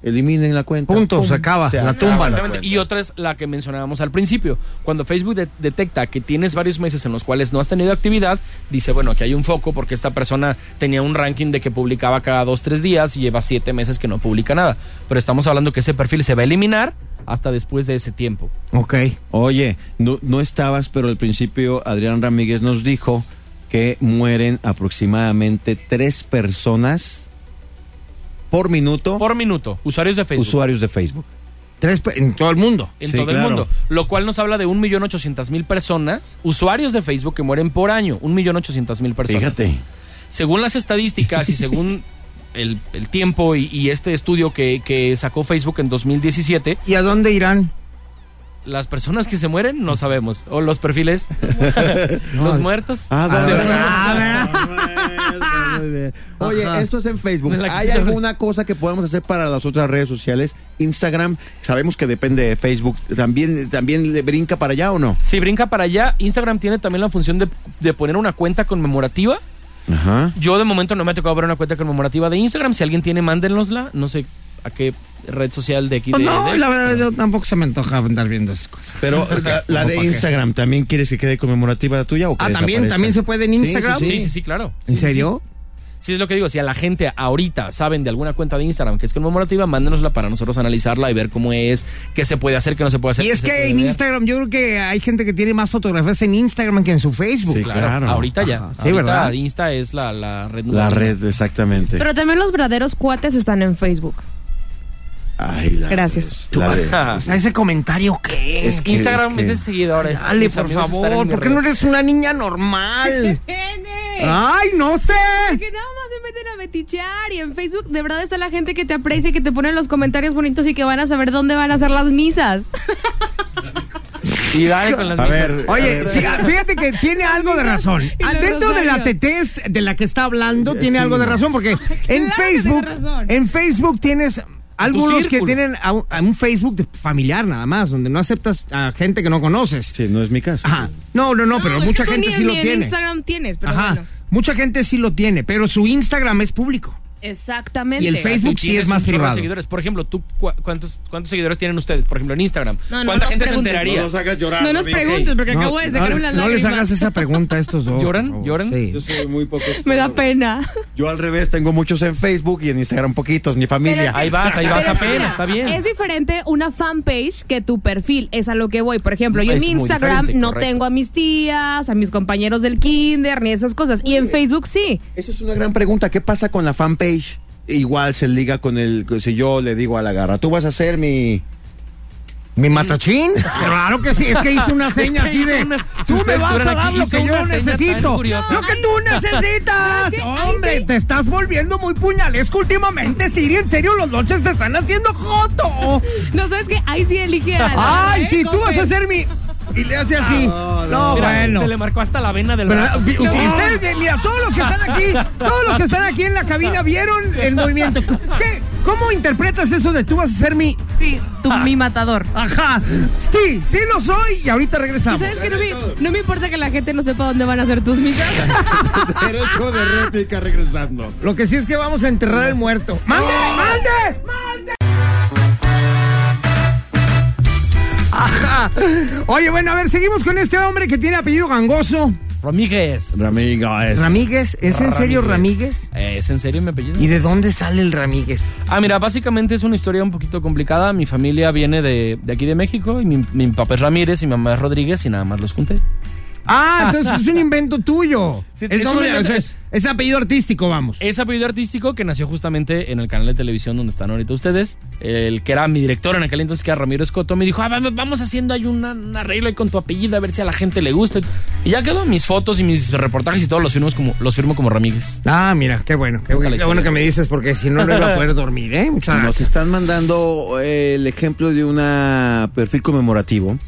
Speaker 3: Eliminen la cuenta.
Speaker 6: Punto, se acaba, la tumban.
Speaker 1: Exactamente. Y otra es la que mencionábamos al principio. Cuando Facebook de- detecta que tienes varios meses en los cuales no has tenido actividad, dice, bueno, aquí hay un foco porque esta persona tenía un ranking de que publicaba cada dos, tres días y lleva siete meses que no publica nada. Pero estamos hablando que ese perfil se va a eliminar hasta después de ese tiempo.
Speaker 6: Ok.
Speaker 3: Oye, no, no estabas, pero al principio Adrián Ramírez nos dijo que mueren aproximadamente tres personas por minuto
Speaker 1: Por minuto, usuarios de Facebook.
Speaker 3: usuarios de Facebook.
Speaker 6: Tres pe- en todo el mundo.
Speaker 1: en
Speaker 3: Sí,
Speaker 1: todo
Speaker 3: claro.
Speaker 1: el mundo. Lo cual nos habla de 1.800.000 personas, usuarios de Facebook que mueren por año. 1.800.000 personas.
Speaker 3: Fíjate.
Speaker 1: según las estadísticas y según el, el tiempo y, y este estudio que, que sacó Facebook en 2017,
Speaker 6: ¿Y a dónde irán?
Speaker 1: las personas que se mueren no sabemos. O los perfiles, los muertos.
Speaker 3: Ah,
Speaker 1: se
Speaker 3: dale.
Speaker 1: mueren.
Speaker 3: Muy bien. Oye,
Speaker 6: Ajá.
Speaker 3: esto es en Facebook.
Speaker 1: Me la
Speaker 3: ¿Hay
Speaker 1: quitaron.
Speaker 3: alguna cosa que podamos hacer para las otras redes sociales? Instagram, sabemos que depende de Facebook. ¿También, también le brinca para allá o no?
Speaker 1: Si brinca para allá, Instagram tiene también la función de, de poner una cuenta conmemorativa.
Speaker 3: Ajá.
Speaker 1: Yo de momento no me ha tocado ver una cuenta conmemorativa de Instagram. Si alguien tiene, mándenosla. No sé a qué red social de aquí.
Speaker 6: Pues
Speaker 1: de-
Speaker 6: no,
Speaker 1: de-
Speaker 6: la
Speaker 3: Ah,
Speaker 6: verdad, yo tampoco se me antoja andar viendo esas cosas.
Speaker 3: Pero la, la de
Speaker 6: ¿Para qué?
Speaker 3: Instagram, ¿también quieres que quede conmemorativa tuya o que
Speaker 6: Ah, también,
Speaker 3: desaparezca?
Speaker 6: también se puede en
Speaker 3: Sí,
Speaker 6: Instagram.
Speaker 1: Sí, sí, sí, claro.
Speaker 6: ¿En serio?
Speaker 1: Si es lo que digo, si a la gente ahorita saben de alguna cuenta de Instagram que es conmemorativa, mándenosla para nosotros analizarla y ver cómo es, qué se puede hacer, qué no se puede hacer.
Speaker 6: Y
Speaker 1: qué
Speaker 6: es
Speaker 1: se
Speaker 6: que
Speaker 1: puede
Speaker 6: en
Speaker 1: ver.
Speaker 6: Instagram, yo creo que hay gente que tiene más fotografías en Instagram que en su Facebook.
Speaker 3: Sí,
Speaker 1: Claro,
Speaker 3: claro. Ah,
Speaker 1: ahorita ya.
Speaker 6: Ajá, sí,
Speaker 1: Ahorita
Speaker 6: ¿verdad?
Speaker 1: Insta es la, la red.
Speaker 3: La
Speaker 1: número uno.
Speaker 3: red, exactamente.
Speaker 8: Pero también los verdaderos cuates están en Facebook.
Speaker 3: Ay, la
Speaker 8: Gracias.
Speaker 3: de- la de-
Speaker 1: Ajá.
Speaker 6: O sea, ese comentario qué
Speaker 3: Es que-
Speaker 1: Instagram es
Speaker 3: es que-
Speaker 1: de seguidores.
Speaker 6: Dale,
Speaker 1: Mis
Speaker 6: por
Speaker 1: amigos están en
Speaker 6: favor,
Speaker 1: mi
Speaker 6: ¿por qué
Speaker 1: red.
Speaker 6: no eres una niña normal?
Speaker 8: ¡Nene!
Speaker 6: ¡Ay, no sé!
Speaker 8: Que nada más se meten a metichar y en Facebook de verdad está la gente que te aprecia, que te pone los comentarios bonitos y que van a saber dónde van a hacer las misas.
Speaker 1: Y dale con las
Speaker 3: A
Speaker 1: mismas.
Speaker 3: ver. a
Speaker 6: Oye,
Speaker 3: ver.
Speaker 6: sí, fíjate que tiene algo de razón.
Speaker 8: Y los
Speaker 6: Dentro de la
Speaker 8: rosarios.
Speaker 6: tetez de la que está hablando, tiene
Speaker 3: Sí.
Speaker 6: algo de razón, porque en
Speaker 8: que
Speaker 6: Facebook,
Speaker 8: tiene razón.
Speaker 6: en Facebook tienes algunos que
Speaker 1: círculo.
Speaker 6: tienen a un, a un Facebook de- familiar nada más, donde no aceptas a gente que no conoces.
Speaker 3: Sí, no es mi caso.
Speaker 6: Ajá. No, no, no, pero
Speaker 8: es que
Speaker 6: mucha
Speaker 8: tú
Speaker 6: gente
Speaker 8: ni-
Speaker 6: sí lo
Speaker 8: ni en
Speaker 6: tiene.
Speaker 8: Instagram tienes, pero
Speaker 6: Ajá.
Speaker 8: bueno.
Speaker 6: Mucha gente sí lo tiene, pero su Instagram es público.
Speaker 8: Exactamente.
Speaker 9: Y el Facebook
Speaker 1: Tú
Speaker 9: sí
Speaker 1: tienes
Speaker 9: es más
Speaker 1: un chorro de
Speaker 9: privado.
Speaker 1: seguidores. Por ejemplo, tú, cu- cuántos, ¿cuántos seguidores tienen ustedes? Por ejemplo, en Instagram.
Speaker 8: No, no
Speaker 1: ¿Cuánta
Speaker 8: nos
Speaker 1: gente se
Speaker 8: preguntes.
Speaker 1: enteraría?
Speaker 8: No
Speaker 3: nos hagas llorar.
Speaker 8: no nos
Speaker 3: amigo.
Speaker 8: preguntes porque
Speaker 9: No,
Speaker 8: acabo de sacar
Speaker 9: no,
Speaker 8: una
Speaker 9: no
Speaker 8: lágrima.
Speaker 9: les hagas esa pregunta a estos dos.
Speaker 1: ¿Lloran?
Speaker 9: por favor.
Speaker 1: ¿Lloran?
Speaker 9: Sí.
Speaker 3: Yo soy muy poco.
Speaker 8: Me da pena.
Speaker 3: Yo al revés, tengo muchos en Facebook y en Instagram poquitos, mi familia.
Speaker 1: Ahí vas, ahí vas
Speaker 8: Pero espera,
Speaker 1: apenas, está bien.
Speaker 8: Es diferente una fanpage que tu perfil, es a lo que voy. Por ejemplo, yo
Speaker 1: Es
Speaker 8: en mi
Speaker 1: muy
Speaker 8: Instagram
Speaker 1: diferente,
Speaker 8: no
Speaker 1: correcto.
Speaker 8: tengo a mis tías, a mis compañeros del kinder, ni esas cosas. Y en Facebook sí.
Speaker 3: Esa es una gran pregunta. ¿Qué pasa con la fanpage? Igual se liga con el. Si yo le digo a la garra, tú vas a ser mi.
Speaker 9: ¿Mi matachín? Claro que sí, es que hice una seña
Speaker 1: que
Speaker 9: así
Speaker 1: hice
Speaker 9: de.
Speaker 1: una- si
Speaker 9: Tú me
Speaker 1: ustedes
Speaker 9: vas a
Speaker 1: estuvieran
Speaker 9: dar
Speaker 1: aquí,
Speaker 9: lo
Speaker 1: hice
Speaker 9: que yo
Speaker 1: una seña tan
Speaker 9: necesito.
Speaker 1: curiosa.
Speaker 9: Lo que tú necesitas. Hombre, te estás volviendo muy puñalesco últimamente, Siri. En serio, los noches te están haciendo joto.
Speaker 8: No sabes que ahí sí elige a la-
Speaker 9: Ay,
Speaker 8: ¿eh?
Speaker 9: sí, tú
Speaker 8: Como
Speaker 9: vas a
Speaker 8: que-
Speaker 9: ser mi. Y le hace así. Ah, No,
Speaker 1: Mira,
Speaker 9: bueno.
Speaker 1: Se le marcó hasta la vena del
Speaker 9: Pero, ah,
Speaker 1: brazo.
Speaker 9: vi- ustedes, eh, mira, todos los que están aquí, todos los que están aquí en la cabina vieron el movimiento. ¿Qué? ¿Cómo interpretas eso de tú vas a ser mi? Ah.
Speaker 8: Sí, tu, mi matador.
Speaker 9: Ajá. Sí, sí lo soy y ahorita regresamos.
Speaker 8: Y sabes que no me, no me importa que la gente no sepa dónde van a ser tus misas.
Speaker 10: Derecho de réplica regresando.
Speaker 9: Lo que sí es que vamos a enterrar al muerto. ¡Mande! ¡Mande! ¡Mande! Ajá. Oye, bueno, a ver, seguimos con este hombre que tiene apellido gangoso.
Speaker 1: Ramírez.
Speaker 3: Ramírez.
Speaker 9: Ramírez, ¿es en serio Ramírez?
Speaker 1: Eh, ¿Es en serio mi apellido?
Speaker 9: ¿Y de dónde sale el Ramírez?
Speaker 1: Ah, mira, básicamente es una historia un poquito complicada. Mi familia viene de, de aquí de México y mi, mi papá es Ramírez y mi mamá es Rodríguez y nada más los junté.
Speaker 9: Ah, entonces es un invento tuyo.
Speaker 1: Sí,
Speaker 9: es,
Speaker 1: es un
Speaker 9: nombre-
Speaker 1: invento-
Speaker 9: o sea, es- es apellido artístico, vamos.
Speaker 1: Es apellido artístico que nació justamente en el canal de televisión donde están ahorita ustedes. El que era mi director en aquel entonces, que era Ramiro Escoto, me dijo, ah, vamos- vamos haciendo ahí una- un arreglo ahí con tu apellido a ver si a la gente le gusta. Y ya quedó mis fotos y mis reportajes y todos los firmos como, los firmo como Ramírez.
Speaker 9: Ah, mira, qué bueno. Qué, bueno-
Speaker 1: la
Speaker 9: qué bueno
Speaker 1: historia.
Speaker 9: que me dices porque si no, no iba a poder dormir, ¿eh? Muchas
Speaker 3: Nos
Speaker 9: gracias.
Speaker 3: están mandando eh, el ejemplo de un perfil conmemorativo.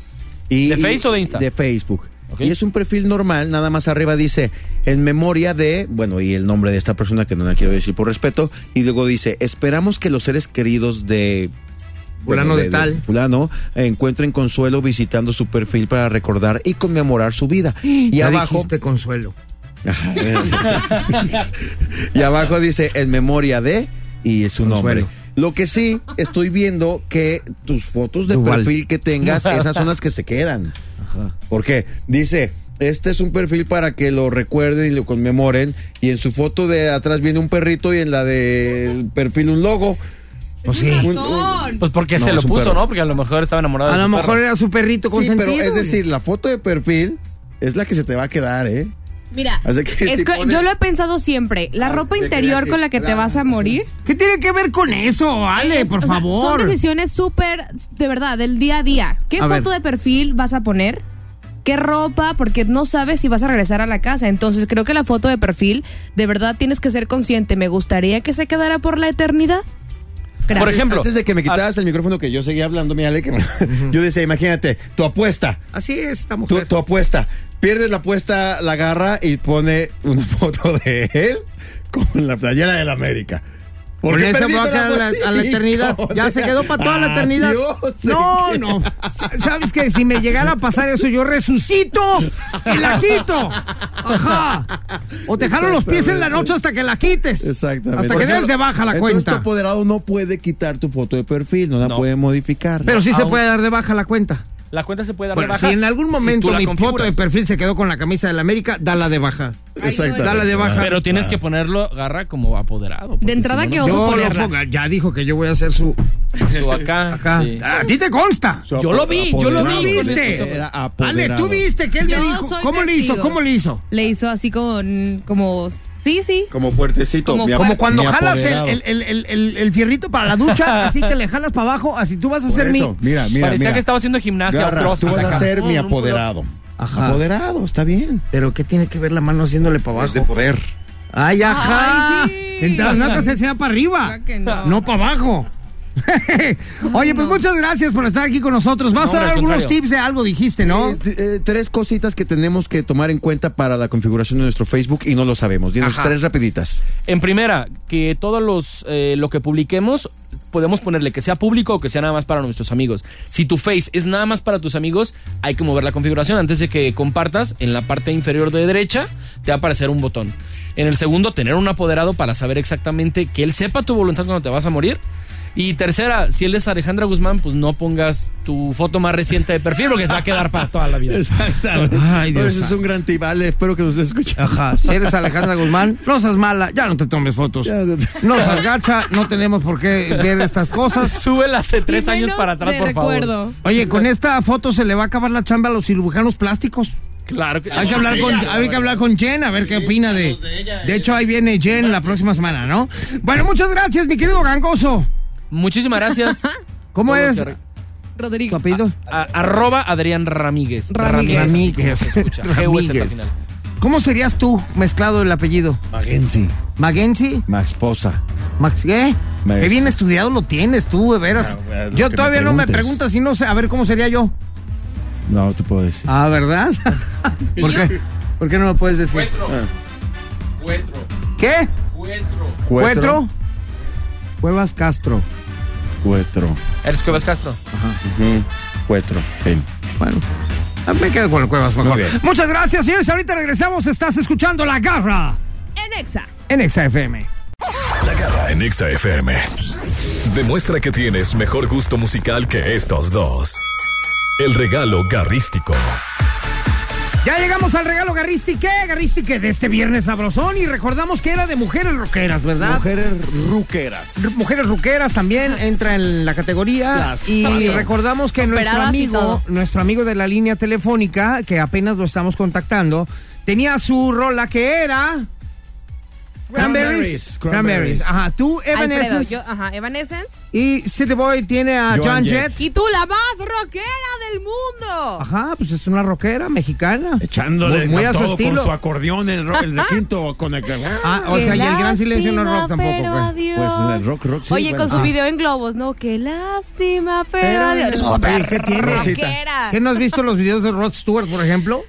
Speaker 3: Y,
Speaker 1: ¿De Face
Speaker 3: y-
Speaker 1: o de Insta?
Speaker 3: De Facebook.
Speaker 1: Ok.
Speaker 3: Y es un perfil normal, nada más arriba dice en memoria de, bueno, y el nombre de esta persona que no la quiero decir por respeto, y luego dice, esperamos que los seres queridos de...
Speaker 9: Fulano de tal.
Speaker 3: fulano encuentren consuelo visitando su perfil para recordar y conmemorar su vida. Y
Speaker 9: Ya
Speaker 3: abajo...
Speaker 9: dijiste, consuelo.
Speaker 3: Ajá. y abajo dice en memoria de y es su
Speaker 9: Consuelo.
Speaker 3: nombre. Lo que sí estoy viendo que tus fotos de
Speaker 9: Igual.
Speaker 3: perfil que tengas, esas son las que se quedan. Porque dice, este es un perfil para que lo recuerden y lo conmemoren. Y en su foto de atrás viene un perrito y en la del perfil un logo.
Speaker 9: Pues sí.
Speaker 3: Un- un-
Speaker 1: Pues porque
Speaker 3: No,
Speaker 1: se lo
Speaker 3: es un
Speaker 1: puso,
Speaker 3: perro.
Speaker 1: ¿no? Porque a lo mejor estaba enamorado
Speaker 9: A
Speaker 1: de
Speaker 9: lo
Speaker 1: su perro.
Speaker 9: mejor era su perrito
Speaker 3: Sí,
Speaker 9: consentido.
Speaker 3: pero es decir, la foto de perfil es la que se te va a quedar, ¿eh?
Speaker 8: Mira,
Speaker 3: Así que
Speaker 8: es
Speaker 3: si
Speaker 8: que
Speaker 3: pones-
Speaker 8: yo lo he pensado siempre. La
Speaker 3: Ah,
Speaker 8: ropa
Speaker 3: te
Speaker 8: interior
Speaker 3: quedas
Speaker 8: con la que te
Speaker 3: sin-
Speaker 8: vas a morir.
Speaker 9: ¿Qué tiene que ver con eso, Ale?
Speaker 8: es-
Speaker 9: Por
Speaker 8: o sea,
Speaker 9: favor.
Speaker 8: son decisiones súper, de verdad, del día a día. ¿Qué
Speaker 9: A ver.
Speaker 8: foto de perfil vas a poner? ¿Qué ropa? Porque no sabes si vas a regresar a la casa. Entonces creo que la foto de perfil, de verdad tienes que ser consciente. Me gustaría que se quedara por la eternidad.
Speaker 1: Por ejemplo,
Speaker 3: Antes de que me quitaras el micrófono que yo seguía hablando, mi Ale, que me- yo decía, imagínate, tu apuesta,
Speaker 9: Así es esta
Speaker 3: tu,
Speaker 9: mujer.
Speaker 3: tu apuesta. Pierdes la apuesta, la agarra y pone una foto de él con la playera del América. ¿Por
Speaker 9: Con
Speaker 3: qué
Speaker 9: esa
Speaker 3: perdiste
Speaker 9: va a quedar a la, a la
Speaker 3: apuesta?
Speaker 9: eternidad. Ya se quedó para toda la eternidad.
Speaker 3: Adiós, se
Speaker 9: no,
Speaker 3: queda.
Speaker 9: no. Sa- ¿Sabes qué? Si me llegara a pasar eso, yo resucito y la quito. Ajá. O te jalo los pies en la noche hasta que la quites.
Speaker 3: Exactamente.
Speaker 9: Hasta que des de baja la
Speaker 3: Entonces, tu
Speaker 9: cuenta.
Speaker 3: apoderado no puede quitar tu foto de perfil, no la
Speaker 1: No.
Speaker 3: puede modificar.
Speaker 9: Pero sí se
Speaker 1: Aún-
Speaker 9: puede dar de baja la cuenta.
Speaker 1: la cuenta se puede dar de
Speaker 9: Bueno, si
Speaker 1: baja
Speaker 9: en algún
Speaker 1: si
Speaker 9: momento
Speaker 1: tú la
Speaker 9: mi foto
Speaker 1: configuras.
Speaker 9: de perfil se quedó con la camisa de la América, dala de baja.
Speaker 3: Exactamente.
Speaker 9: Dala de baja.
Speaker 1: Pero tienes que ponerlo, garra como apoderado. porque
Speaker 8: entrada
Speaker 1: si no,
Speaker 8: que
Speaker 1: no
Speaker 8: oso
Speaker 9: Yo lo
Speaker 8: ponerla.
Speaker 9: ponga- ya dijo que yo voy a hacer su
Speaker 1: se- su acá.
Speaker 9: acá. Ah,
Speaker 1: sí.
Speaker 9: A ti te consta.
Speaker 3: Su
Speaker 1: Yo lo vi, yo lo
Speaker 3: apoderado.
Speaker 1: vi.
Speaker 9: ¿Lo viste?
Speaker 3: Era
Speaker 9: Ale,
Speaker 3: apoderado.
Speaker 9: tú viste que él me
Speaker 8: Yo
Speaker 9: dijo.
Speaker 8: soy
Speaker 9: ¿Cómo le
Speaker 8: testigo.
Speaker 9: hizo? ¿Cómo le hizo?
Speaker 8: Le hizo así como, como sí, sí.
Speaker 3: Como fuertecito.
Speaker 8: Como
Speaker 3: mi-
Speaker 8: fuerte.
Speaker 9: Como cuando
Speaker 3: mi
Speaker 9: jalas el,
Speaker 3: apoderado.
Speaker 9: el- el- el- el- el fierrito para la ducha, así que le jalas para abajo, así tú vas a
Speaker 3: Por
Speaker 9: ser mi.
Speaker 3: eso, Mira, mira,
Speaker 1: Parecía
Speaker 3: mira.
Speaker 1: que estaba haciendo gimnasia.
Speaker 3: Garra,
Speaker 1: cross,
Speaker 3: tú vas
Speaker 1: acá.
Speaker 3: a ser
Speaker 1: No,
Speaker 3: mi
Speaker 1: no puedo.
Speaker 3: apoderado.
Speaker 9: Ajá.
Speaker 3: Apoderado, está bien.
Speaker 9: Pero ¿qué tiene que ver la mano haciéndole para
Speaker 3: Es de poder.
Speaker 9: Ay, ajá.
Speaker 8: Ay, sí.
Speaker 9: Entonces, no que se sea para arriba.
Speaker 8: Claro que no.
Speaker 9: para abajo.
Speaker 1: Oye, pues muchas gracias por estar aquí con nosotros. Vas
Speaker 11: No,
Speaker 1: a dar
Speaker 11: hombre, al
Speaker 1: algunos
Speaker 11: contrario.
Speaker 1: tips de algo, dijiste, ¿no?
Speaker 3: Eh, t- eh, tres cositas que tenemos que tomar en cuenta para la configuración de nuestro Facebook y no lo sabemos. Dinos
Speaker 11: Ajá.
Speaker 3: tres rapiditas.
Speaker 11: En primera, que todos los eh, lo que publiquemos podemos ponerle que sea público o que sea nada más para nuestros amigos. Si tu face es nada más para tus amigos, hay que mover la configuración antes de que compartas. En la parte inferior de derecha te va a aparecer un botón. En el segundo, tener un apoderado para saber exactamente que él sepa tu voluntad cuando te vas a morir. Y tercera, si él es Alejandra Guzmán, pues no pongas tu foto más reciente de perfil porque te va a quedar para toda la vida.
Speaker 3: Exactamente.
Speaker 1: Ay, Dios
Speaker 3: Ese es un gran tip. Ale, espero que nos estés escuchando.
Speaker 1: Ajá, si eres Alejandra Guzmán, no seas mala, ya no te tomes fotos.
Speaker 3: Ya, ya, ya.
Speaker 1: No seas gacha, no tenemos por qué ver estas cosas.
Speaker 11: Súbela hace tres
Speaker 12: Y
Speaker 11: años
Speaker 12: menos
Speaker 11: para atrás,
Speaker 12: de
Speaker 11: por favor.
Speaker 12: recuerdo.
Speaker 1: Oye, con esta foto se le va a acabar la chamba a los cirujanos plásticos.
Speaker 11: Claro que
Speaker 1: Hay que hablar con, hay que hablar con Jen, a ver qué opina de. De hecho, ahí viene Jen la próxima semana, ¿no? Bueno, muchas gracias, mi querido gangoso.
Speaker 11: Muchísimas gracias.
Speaker 1: ¿Cómo
Speaker 11: Todo
Speaker 1: es
Speaker 11: se re-
Speaker 1: tu
Speaker 12: Rodrigo.
Speaker 1: apellido?
Speaker 11: A- arroba Adrián Ramírez.
Speaker 12: Ramírez.
Speaker 11: Ramírez. así como se escucha.
Speaker 1: Ramírez.
Speaker 11: GUS al final.
Speaker 1: ¿Cómo serías tú mezclado el apellido?
Speaker 3: Magensi,
Speaker 1: ¿Magensi?
Speaker 3: Max Posa.
Speaker 1: ¿Max qué?
Speaker 3: Max.
Speaker 1: Qué bien estudiado lo tienes tú, de veras.
Speaker 3: No, Ah, bueno, lo
Speaker 1: yo
Speaker 3: que me
Speaker 1: todavía no me
Speaker 3: preguntes.
Speaker 1: preguntas si no sé, a ver cómo sería yo.
Speaker 3: No te puedo decir.
Speaker 1: Ah, ¿verdad? ¿Por qué? ¿Por qué no me puedes decir? ¿Qué? ¿Cuetro? Cuevas Castro.
Speaker 3: Cuetro.
Speaker 1: Ah.
Speaker 11: ¿Eres Cuevas Castro?
Speaker 3: Ujú. Cuetro. Ven.
Speaker 1: Bueno, ah, me quedo con el Cuevas, mejor.
Speaker 3: Muy bien.
Speaker 1: Muchas gracias, señores. Ahorita regresamos. Estás escuchando La Garra
Speaker 12: En Exa.
Speaker 1: en Exa FM.
Speaker 4: La garra en Exa FM. Demuestra que tienes mejor gusto musical que estos dos. El regalo garrístico.
Speaker 1: Ya llegamos Pues al regalo garristique, garristique de este viernes sabrosón y recordamos que era de mujeres roqueras, ¿verdad?
Speaker 3: Mujeres ruqueras.
Speaker 1: R- Mujeres ruqueras también entra en la categoría
Speaker 3: Las
Speaker 1: y
Speaker 3: cuatro.
Speaker 1: recordamos que nuestro
Speaker 12: Operadas y
Speaker 1: amigo,
Speaker 12: todo.
Speaker 1: nuestro amigo de la línea telefónica que apenas lo estamos contactando, tenía su rola que era Cranberries,
Speaker 3: Cranberries, Cranberries.
Speaker 1: Ajá, tú
Speaker 8: Alfredo,
Speaker 1: Evanescence
Speaker 8: yo, ajá, Evanescence.
Speaker 1: y City Boy tiene a Ah, Joan
Speaker 3: Joan
Speaker 1: Jett.
Speaker 8: Y tú, la más rockera del mundo.
Speaker 1: Ajá, pues es una rockera mexicana.
Speaker 3: Echándole
Speaker 1: Muy- muy
Speaker 3: con
Speaker 1: a su
Speaker 3: todo,
Speaker 1: estilo.
Speaker 3: con su acordeón, el, ro- el de quinto con el que-
Speaker 1: Ah, o sea, y el gran silencio no es rock tampoco. güey.
Speaker 3: Pues el rock, rock, sí,
Speaker 8: Oye,
Speaker 3: bueno.
Speaker 8: con su
Speaker 3: Ah.
Speaker 8: video en globos, no, qué lástima, pero
Speaker 1: Pero
Speaker 8: adiós.
Speaker 1: no, pero ¿qué tiene?
Speaker 8: Rockera.
Speaker 1: ¿Qué no has visto los videos de Rod Stewart, por ejemplo?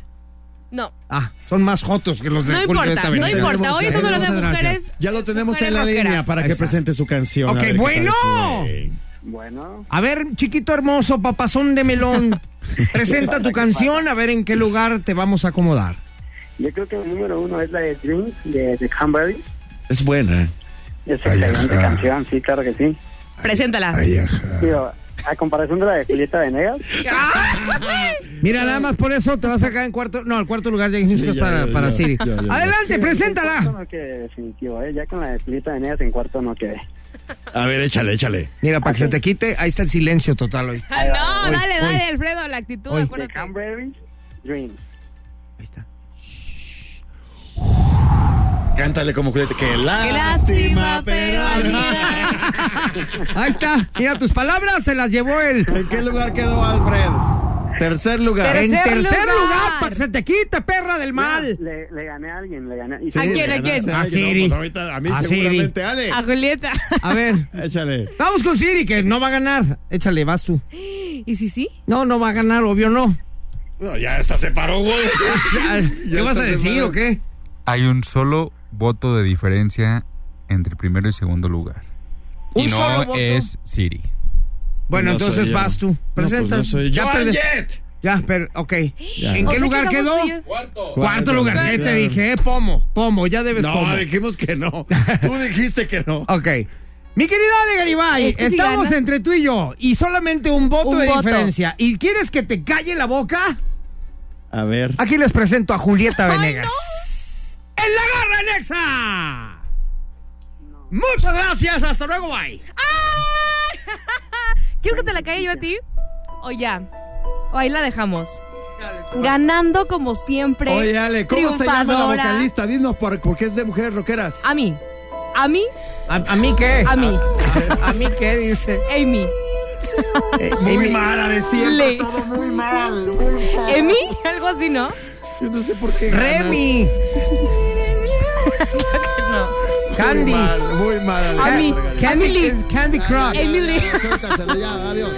Speaker 8: No,
Speaker 1: Ah, son más jotos que los de
Speaker 8: no
Speaker 1: Julio
Speaker 8: importa,
Speaker 1: Estavel.
Speaker 8: no importa. Hoy
Speaker 1: eh,
Speaker 8: estamos hablando de mujeres.
Speaker 3: Ya lo tenemos
Speaker 8: mujeres
Speaker 3: en la
Speaker 8: rockeras.
Speaker 3: línea para
Speaker 1: Ahí
Speaker 3: que
Speaker 1: está.
Speaker 3: presente su canción.
Speaker 1: Ok,
Speaker 3: A ver qué
Speaker 1: bueno.
Speaker 3: tal fue.
Speaker 6: Bueno,
Speaker 1: A ver, chiquito hermoso, papazón de melón, presenta tu canción, a ver en qué lugar te vamos a acomodar.
Speaker 6: yo creo que el número uno es la de Dreams de, de Cranberry.
Speaker 3: Es buena.
Speaker 6: Es excelente canción, sí, claro que sí.
Speaker 8: Preséntala.
Speaker 1: Ah.
Speaker 6: Digo, a comparación de la de Julieta Venegas,
Speaker 1: Mira, nada más por eso te vas a caer en cuarto, no, al cuarto lugar ya dijiste
Speaker 3: Sí, ya,
Speaker 1: para,
Speaker 3: ya,
Speaker 1: para
Speaker 3: ya,
Speaker 1: Siri.
Speaker 3: ya, ya, ya.
Speaker 1: Adelante,
Speaker 6: cuarto
Speaker 1: preséntala.
Speaker 6: no quedé definitivo, ¿eh? Ya con la de Julieta Venegas en cuarto no quedé.
Speaker 3: A ver, échale, échale.
Speaker 1: Mira, para que se te quite, ahí está el silencio total hoy.
Speaker 8: Ah, no,
Speaker 1: Hoy,
Speaker 8: dale,
Speaker 1: hoy.
Speaker 8: dale, Alfredo, la actitud,
Speaker 1: Hoy.
Speaker 6: De
Speaker 8: acuérdate.
Speaker 6: Cranberry, Dreams.
Speaker 1: Ahí está.
Speaker 3: Cántale como culete. Que lástima,
Speaker 8: Qué lástima, pero adiós.
Speaker 1: Ahí está. Mira, tus palabras se las llevó él.
Speaker 3: ¿En qué lugar quedó Alfred? Tercer lugar.
Speaker 1: En
Speaker 8: Tercer
Speaker 1: tercer
Speaker 8: lugar.
Speaker 1: lugar, para que se te quite, perra del mal.
Speaker 6: Le, le gané a alguien, le gané. Y
Speaker 3: Sí,
Speaker 8: ¿A quién,
Speaker 3: le
Speaker 8: a quién?
Speaker 3: ganaste
Speaker 1: A
Speaker 3: alguien. No,
Speaker 1: Siri.
Speaker 3: pues ahorita a mí
Speaker 1: A
Speaker 3: seguramente. Ale,
Speaker 8: A Julieta.
Speaker 1: A ver,
Speaker 3: échale.
Speaker 1: vamos con Siri, que no va a ganar. Échale, vas tú.
Speaker 8: ¿Y si sí?
Speaker 1: No, no va a ganar, obvio no.
Speaker 3: No, ya está, se paró, güey.
Speaker 1: ¿Qué vas a decir o qué?
Speaker 5: Hay un solo voto de diferencia entre el primero y el segundo lugar.
Speaker 1: ¿Un
Speaker 5: Y no
Speaker 1: solo voto?
Speaker 5: es Siri.
Speaker 1: Bueno,
Speaker 3: No
Speaker 1: entonces
Speaker 3: soy yo.
Speaker 1: vas tú.
Speaker 3: No, pues
Speaker 1: Presenta.
Speaker 3: no soy yo.
Speaker 1: ya, perdi-
Speaker 3: ¡Jet!
Speaker 1: ya, pero, ok.
Speaker 3: Ya.
Speaker 1: ¿En
Speaker 8: O
Speaker 1: qué
Speaker 8: sea,
Speaker 1: lugar
Speaker 8: que
Speaker 1: quedó?
Speaker 8: somos tuyos.
Speaker 1: Cuarto lugar. Ya te dije, eh, pomo, pomo, ya debes pomo.
Speaker 3: No, dijimos que no. Tú dijiste que no.
Speaker 1: Ok. Mi querida Ale Garibay,
Speaker 8: Es que si
Speaker 1: estamos
Speaker 8: gana-
Speaker 1: entre tú y yo y solamente un voto
Speaker 8: Un
Speaker 1: de
Speaker 8: voto.
Speaker 1: diferencia. ¿Y quieres que te calle la boca?
Speaker 3: A ver.
Speaker 1: Aquí les presento a Julieta Venegas. ¡En la garra en Exa! Muchas gracias, hasta luego, bye.
Speaker 8: ¿Quieres que te la calle yo a ti? O ya. O ahí la dejamos. Ganando como siempre.
Speaker 3: Oye, Ale, ¿cómo se llama la
Speaker 8: triunfadora.
Speaker 3: vocalista? Dinos por, porque es de mujeres rockeras.
Speaker 8: A mí. A mí.
Speaker 1: ¿A, a mí qué?
Speaker 8: A mí.
Speaker 3: Ah.
Speaker 1: ¿A, a mí qué dice?
Speaker 8: Amy.
Speaker 3: Muy mala, decía.
Speaker 8: Le-
Speaker 3: Todo muy mal. muy mal.
Speaker 8: Amy, algo así, ¿no?
Speaker 3: Yo no sé por qué. ganas.
Speaker 1: Remy.
Speaker 8: No. Candy.
Speaker 3: Muy mal, muy mal. Alejandra
Speaker 1: Ami-
Speaker 3: Galicia.
Speaker 8: Candy,
Speaker 1: Emily.
Speaker 8: es Candy Crush.
Speaker 1: Emily.
Speaker 3: Suéltasela ya, adiós.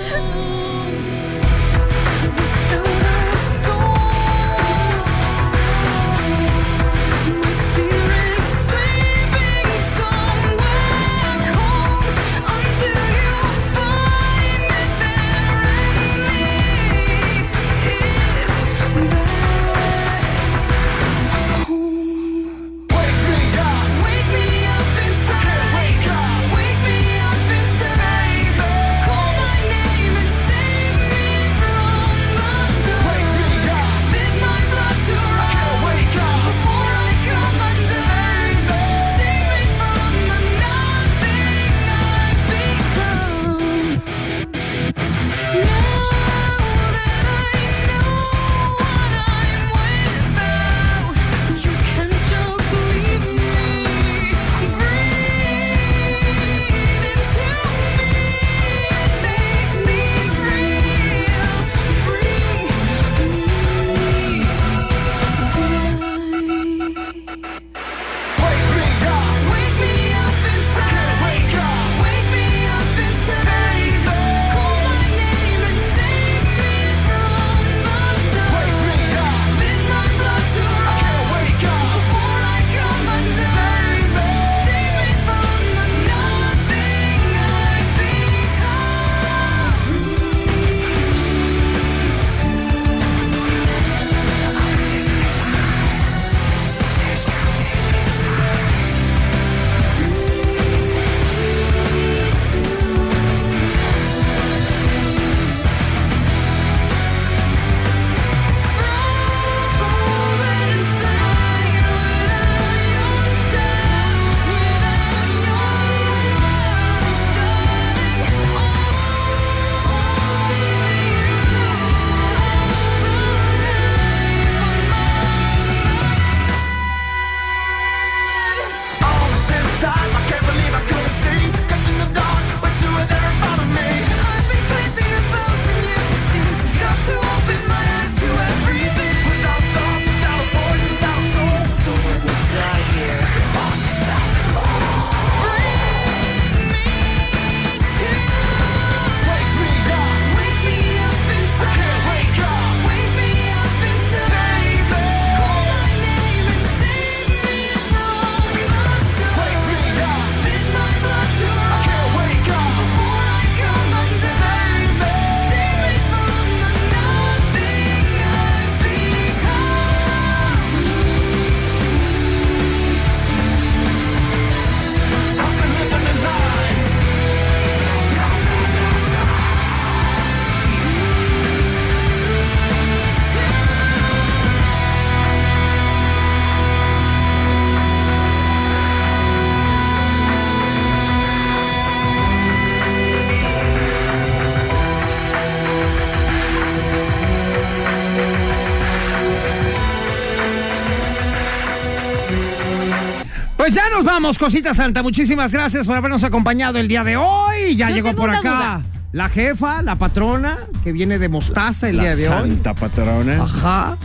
Speaker 8: Pues ya nos vamos, cosita santa. Muchísimas gracias por habernos acompañado el día de hoy. Ya
Speaker 1: Yo
Speaker 8: llegó
Speaker 1: tengo
Speaker 8: por
Speaker 1: una
Speaker 8: acá
Speaker 1: duda.
Speaker 8: la jefa, la patrona, que viene de Mostaza el día
Speaker 3: La
Speaker 8: de hoy.
Speaker 3: santa patrona.
Speaker 8: Ajá.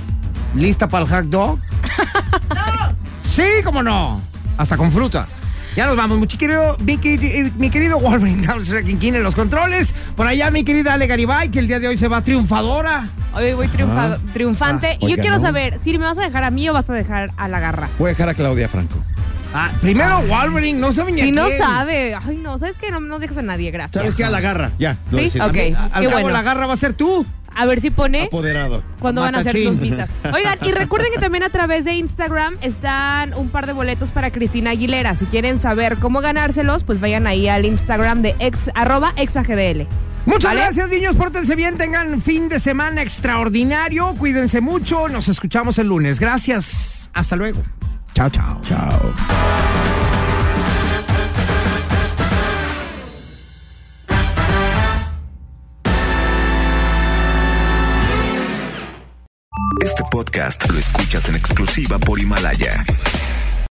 Speaker 8: ¿Lista para el hot dog? Sí, cómo no. Hasta con fruta. Ya nos vamos, mi querido, mi querido, mi querido Wolverine Downs Requinquín en los controles. Por allá, mi querida Ale Garibay, que el día de hoy se va triunfadora.
Speaker 1: Hoy voy triunfado- triunfante.
Speaker 3: Ah,
Speaker 1: y yo
Speaker 3: oiga,
Speaker 1: quiero
Speaker 3: no.
Speaker 1: saber, si me vas a dejar a mí o vas a dejar a la garra.
Speaker 3: Voy a dejar a Claudia Franco.
Speaker 8: Ah, primero Wolverine, no sabe ni a
Speaker 1: Si no
Speaker 8: quién.
Speaker 1: sabe. Ay, no, ¿sabes qué? No, no dejes a nadie, gracias.
Speaker 3: ¿Sabes qué? A la garra. Ya. lo
Speaker 1: ¿Sí?
Speaker 3: decidí.
Speaker 1: Ok, qué
Speaker 8: Al cabo,
Speaker 1: bueno.
Speaker 8: la garra va a ser tú.
Speaker 1: A ver si
Speaker 8: ¿Eh?
Speaker 1: pone
Speaker 3: Apoderado.
Speaker 1: cuándo van a hacer
Speaker 8: Matachín.
Speaker 1: tus visas. Oigan, y recuerden que también a través de Instagram están un par de boletos para Cristina Aguilera. Si quieren saber cómo ganárselos, pues vayan ahí al Instagram de ex, arroba exagdl.
Speaker 8: Muchas
Speaker 1: ¿Vale?
Speaker 8: gracias, niños. Pórtense bien, tengan fin de semana extraordinario. Cuídense mucho. Nos escuchamos el lunes. Gracias. Hasta luego. Chao, chao.
Speaker 3: Chao.
Speaker 9: Este podcast lo escuchas en exclusiva por Himalaya.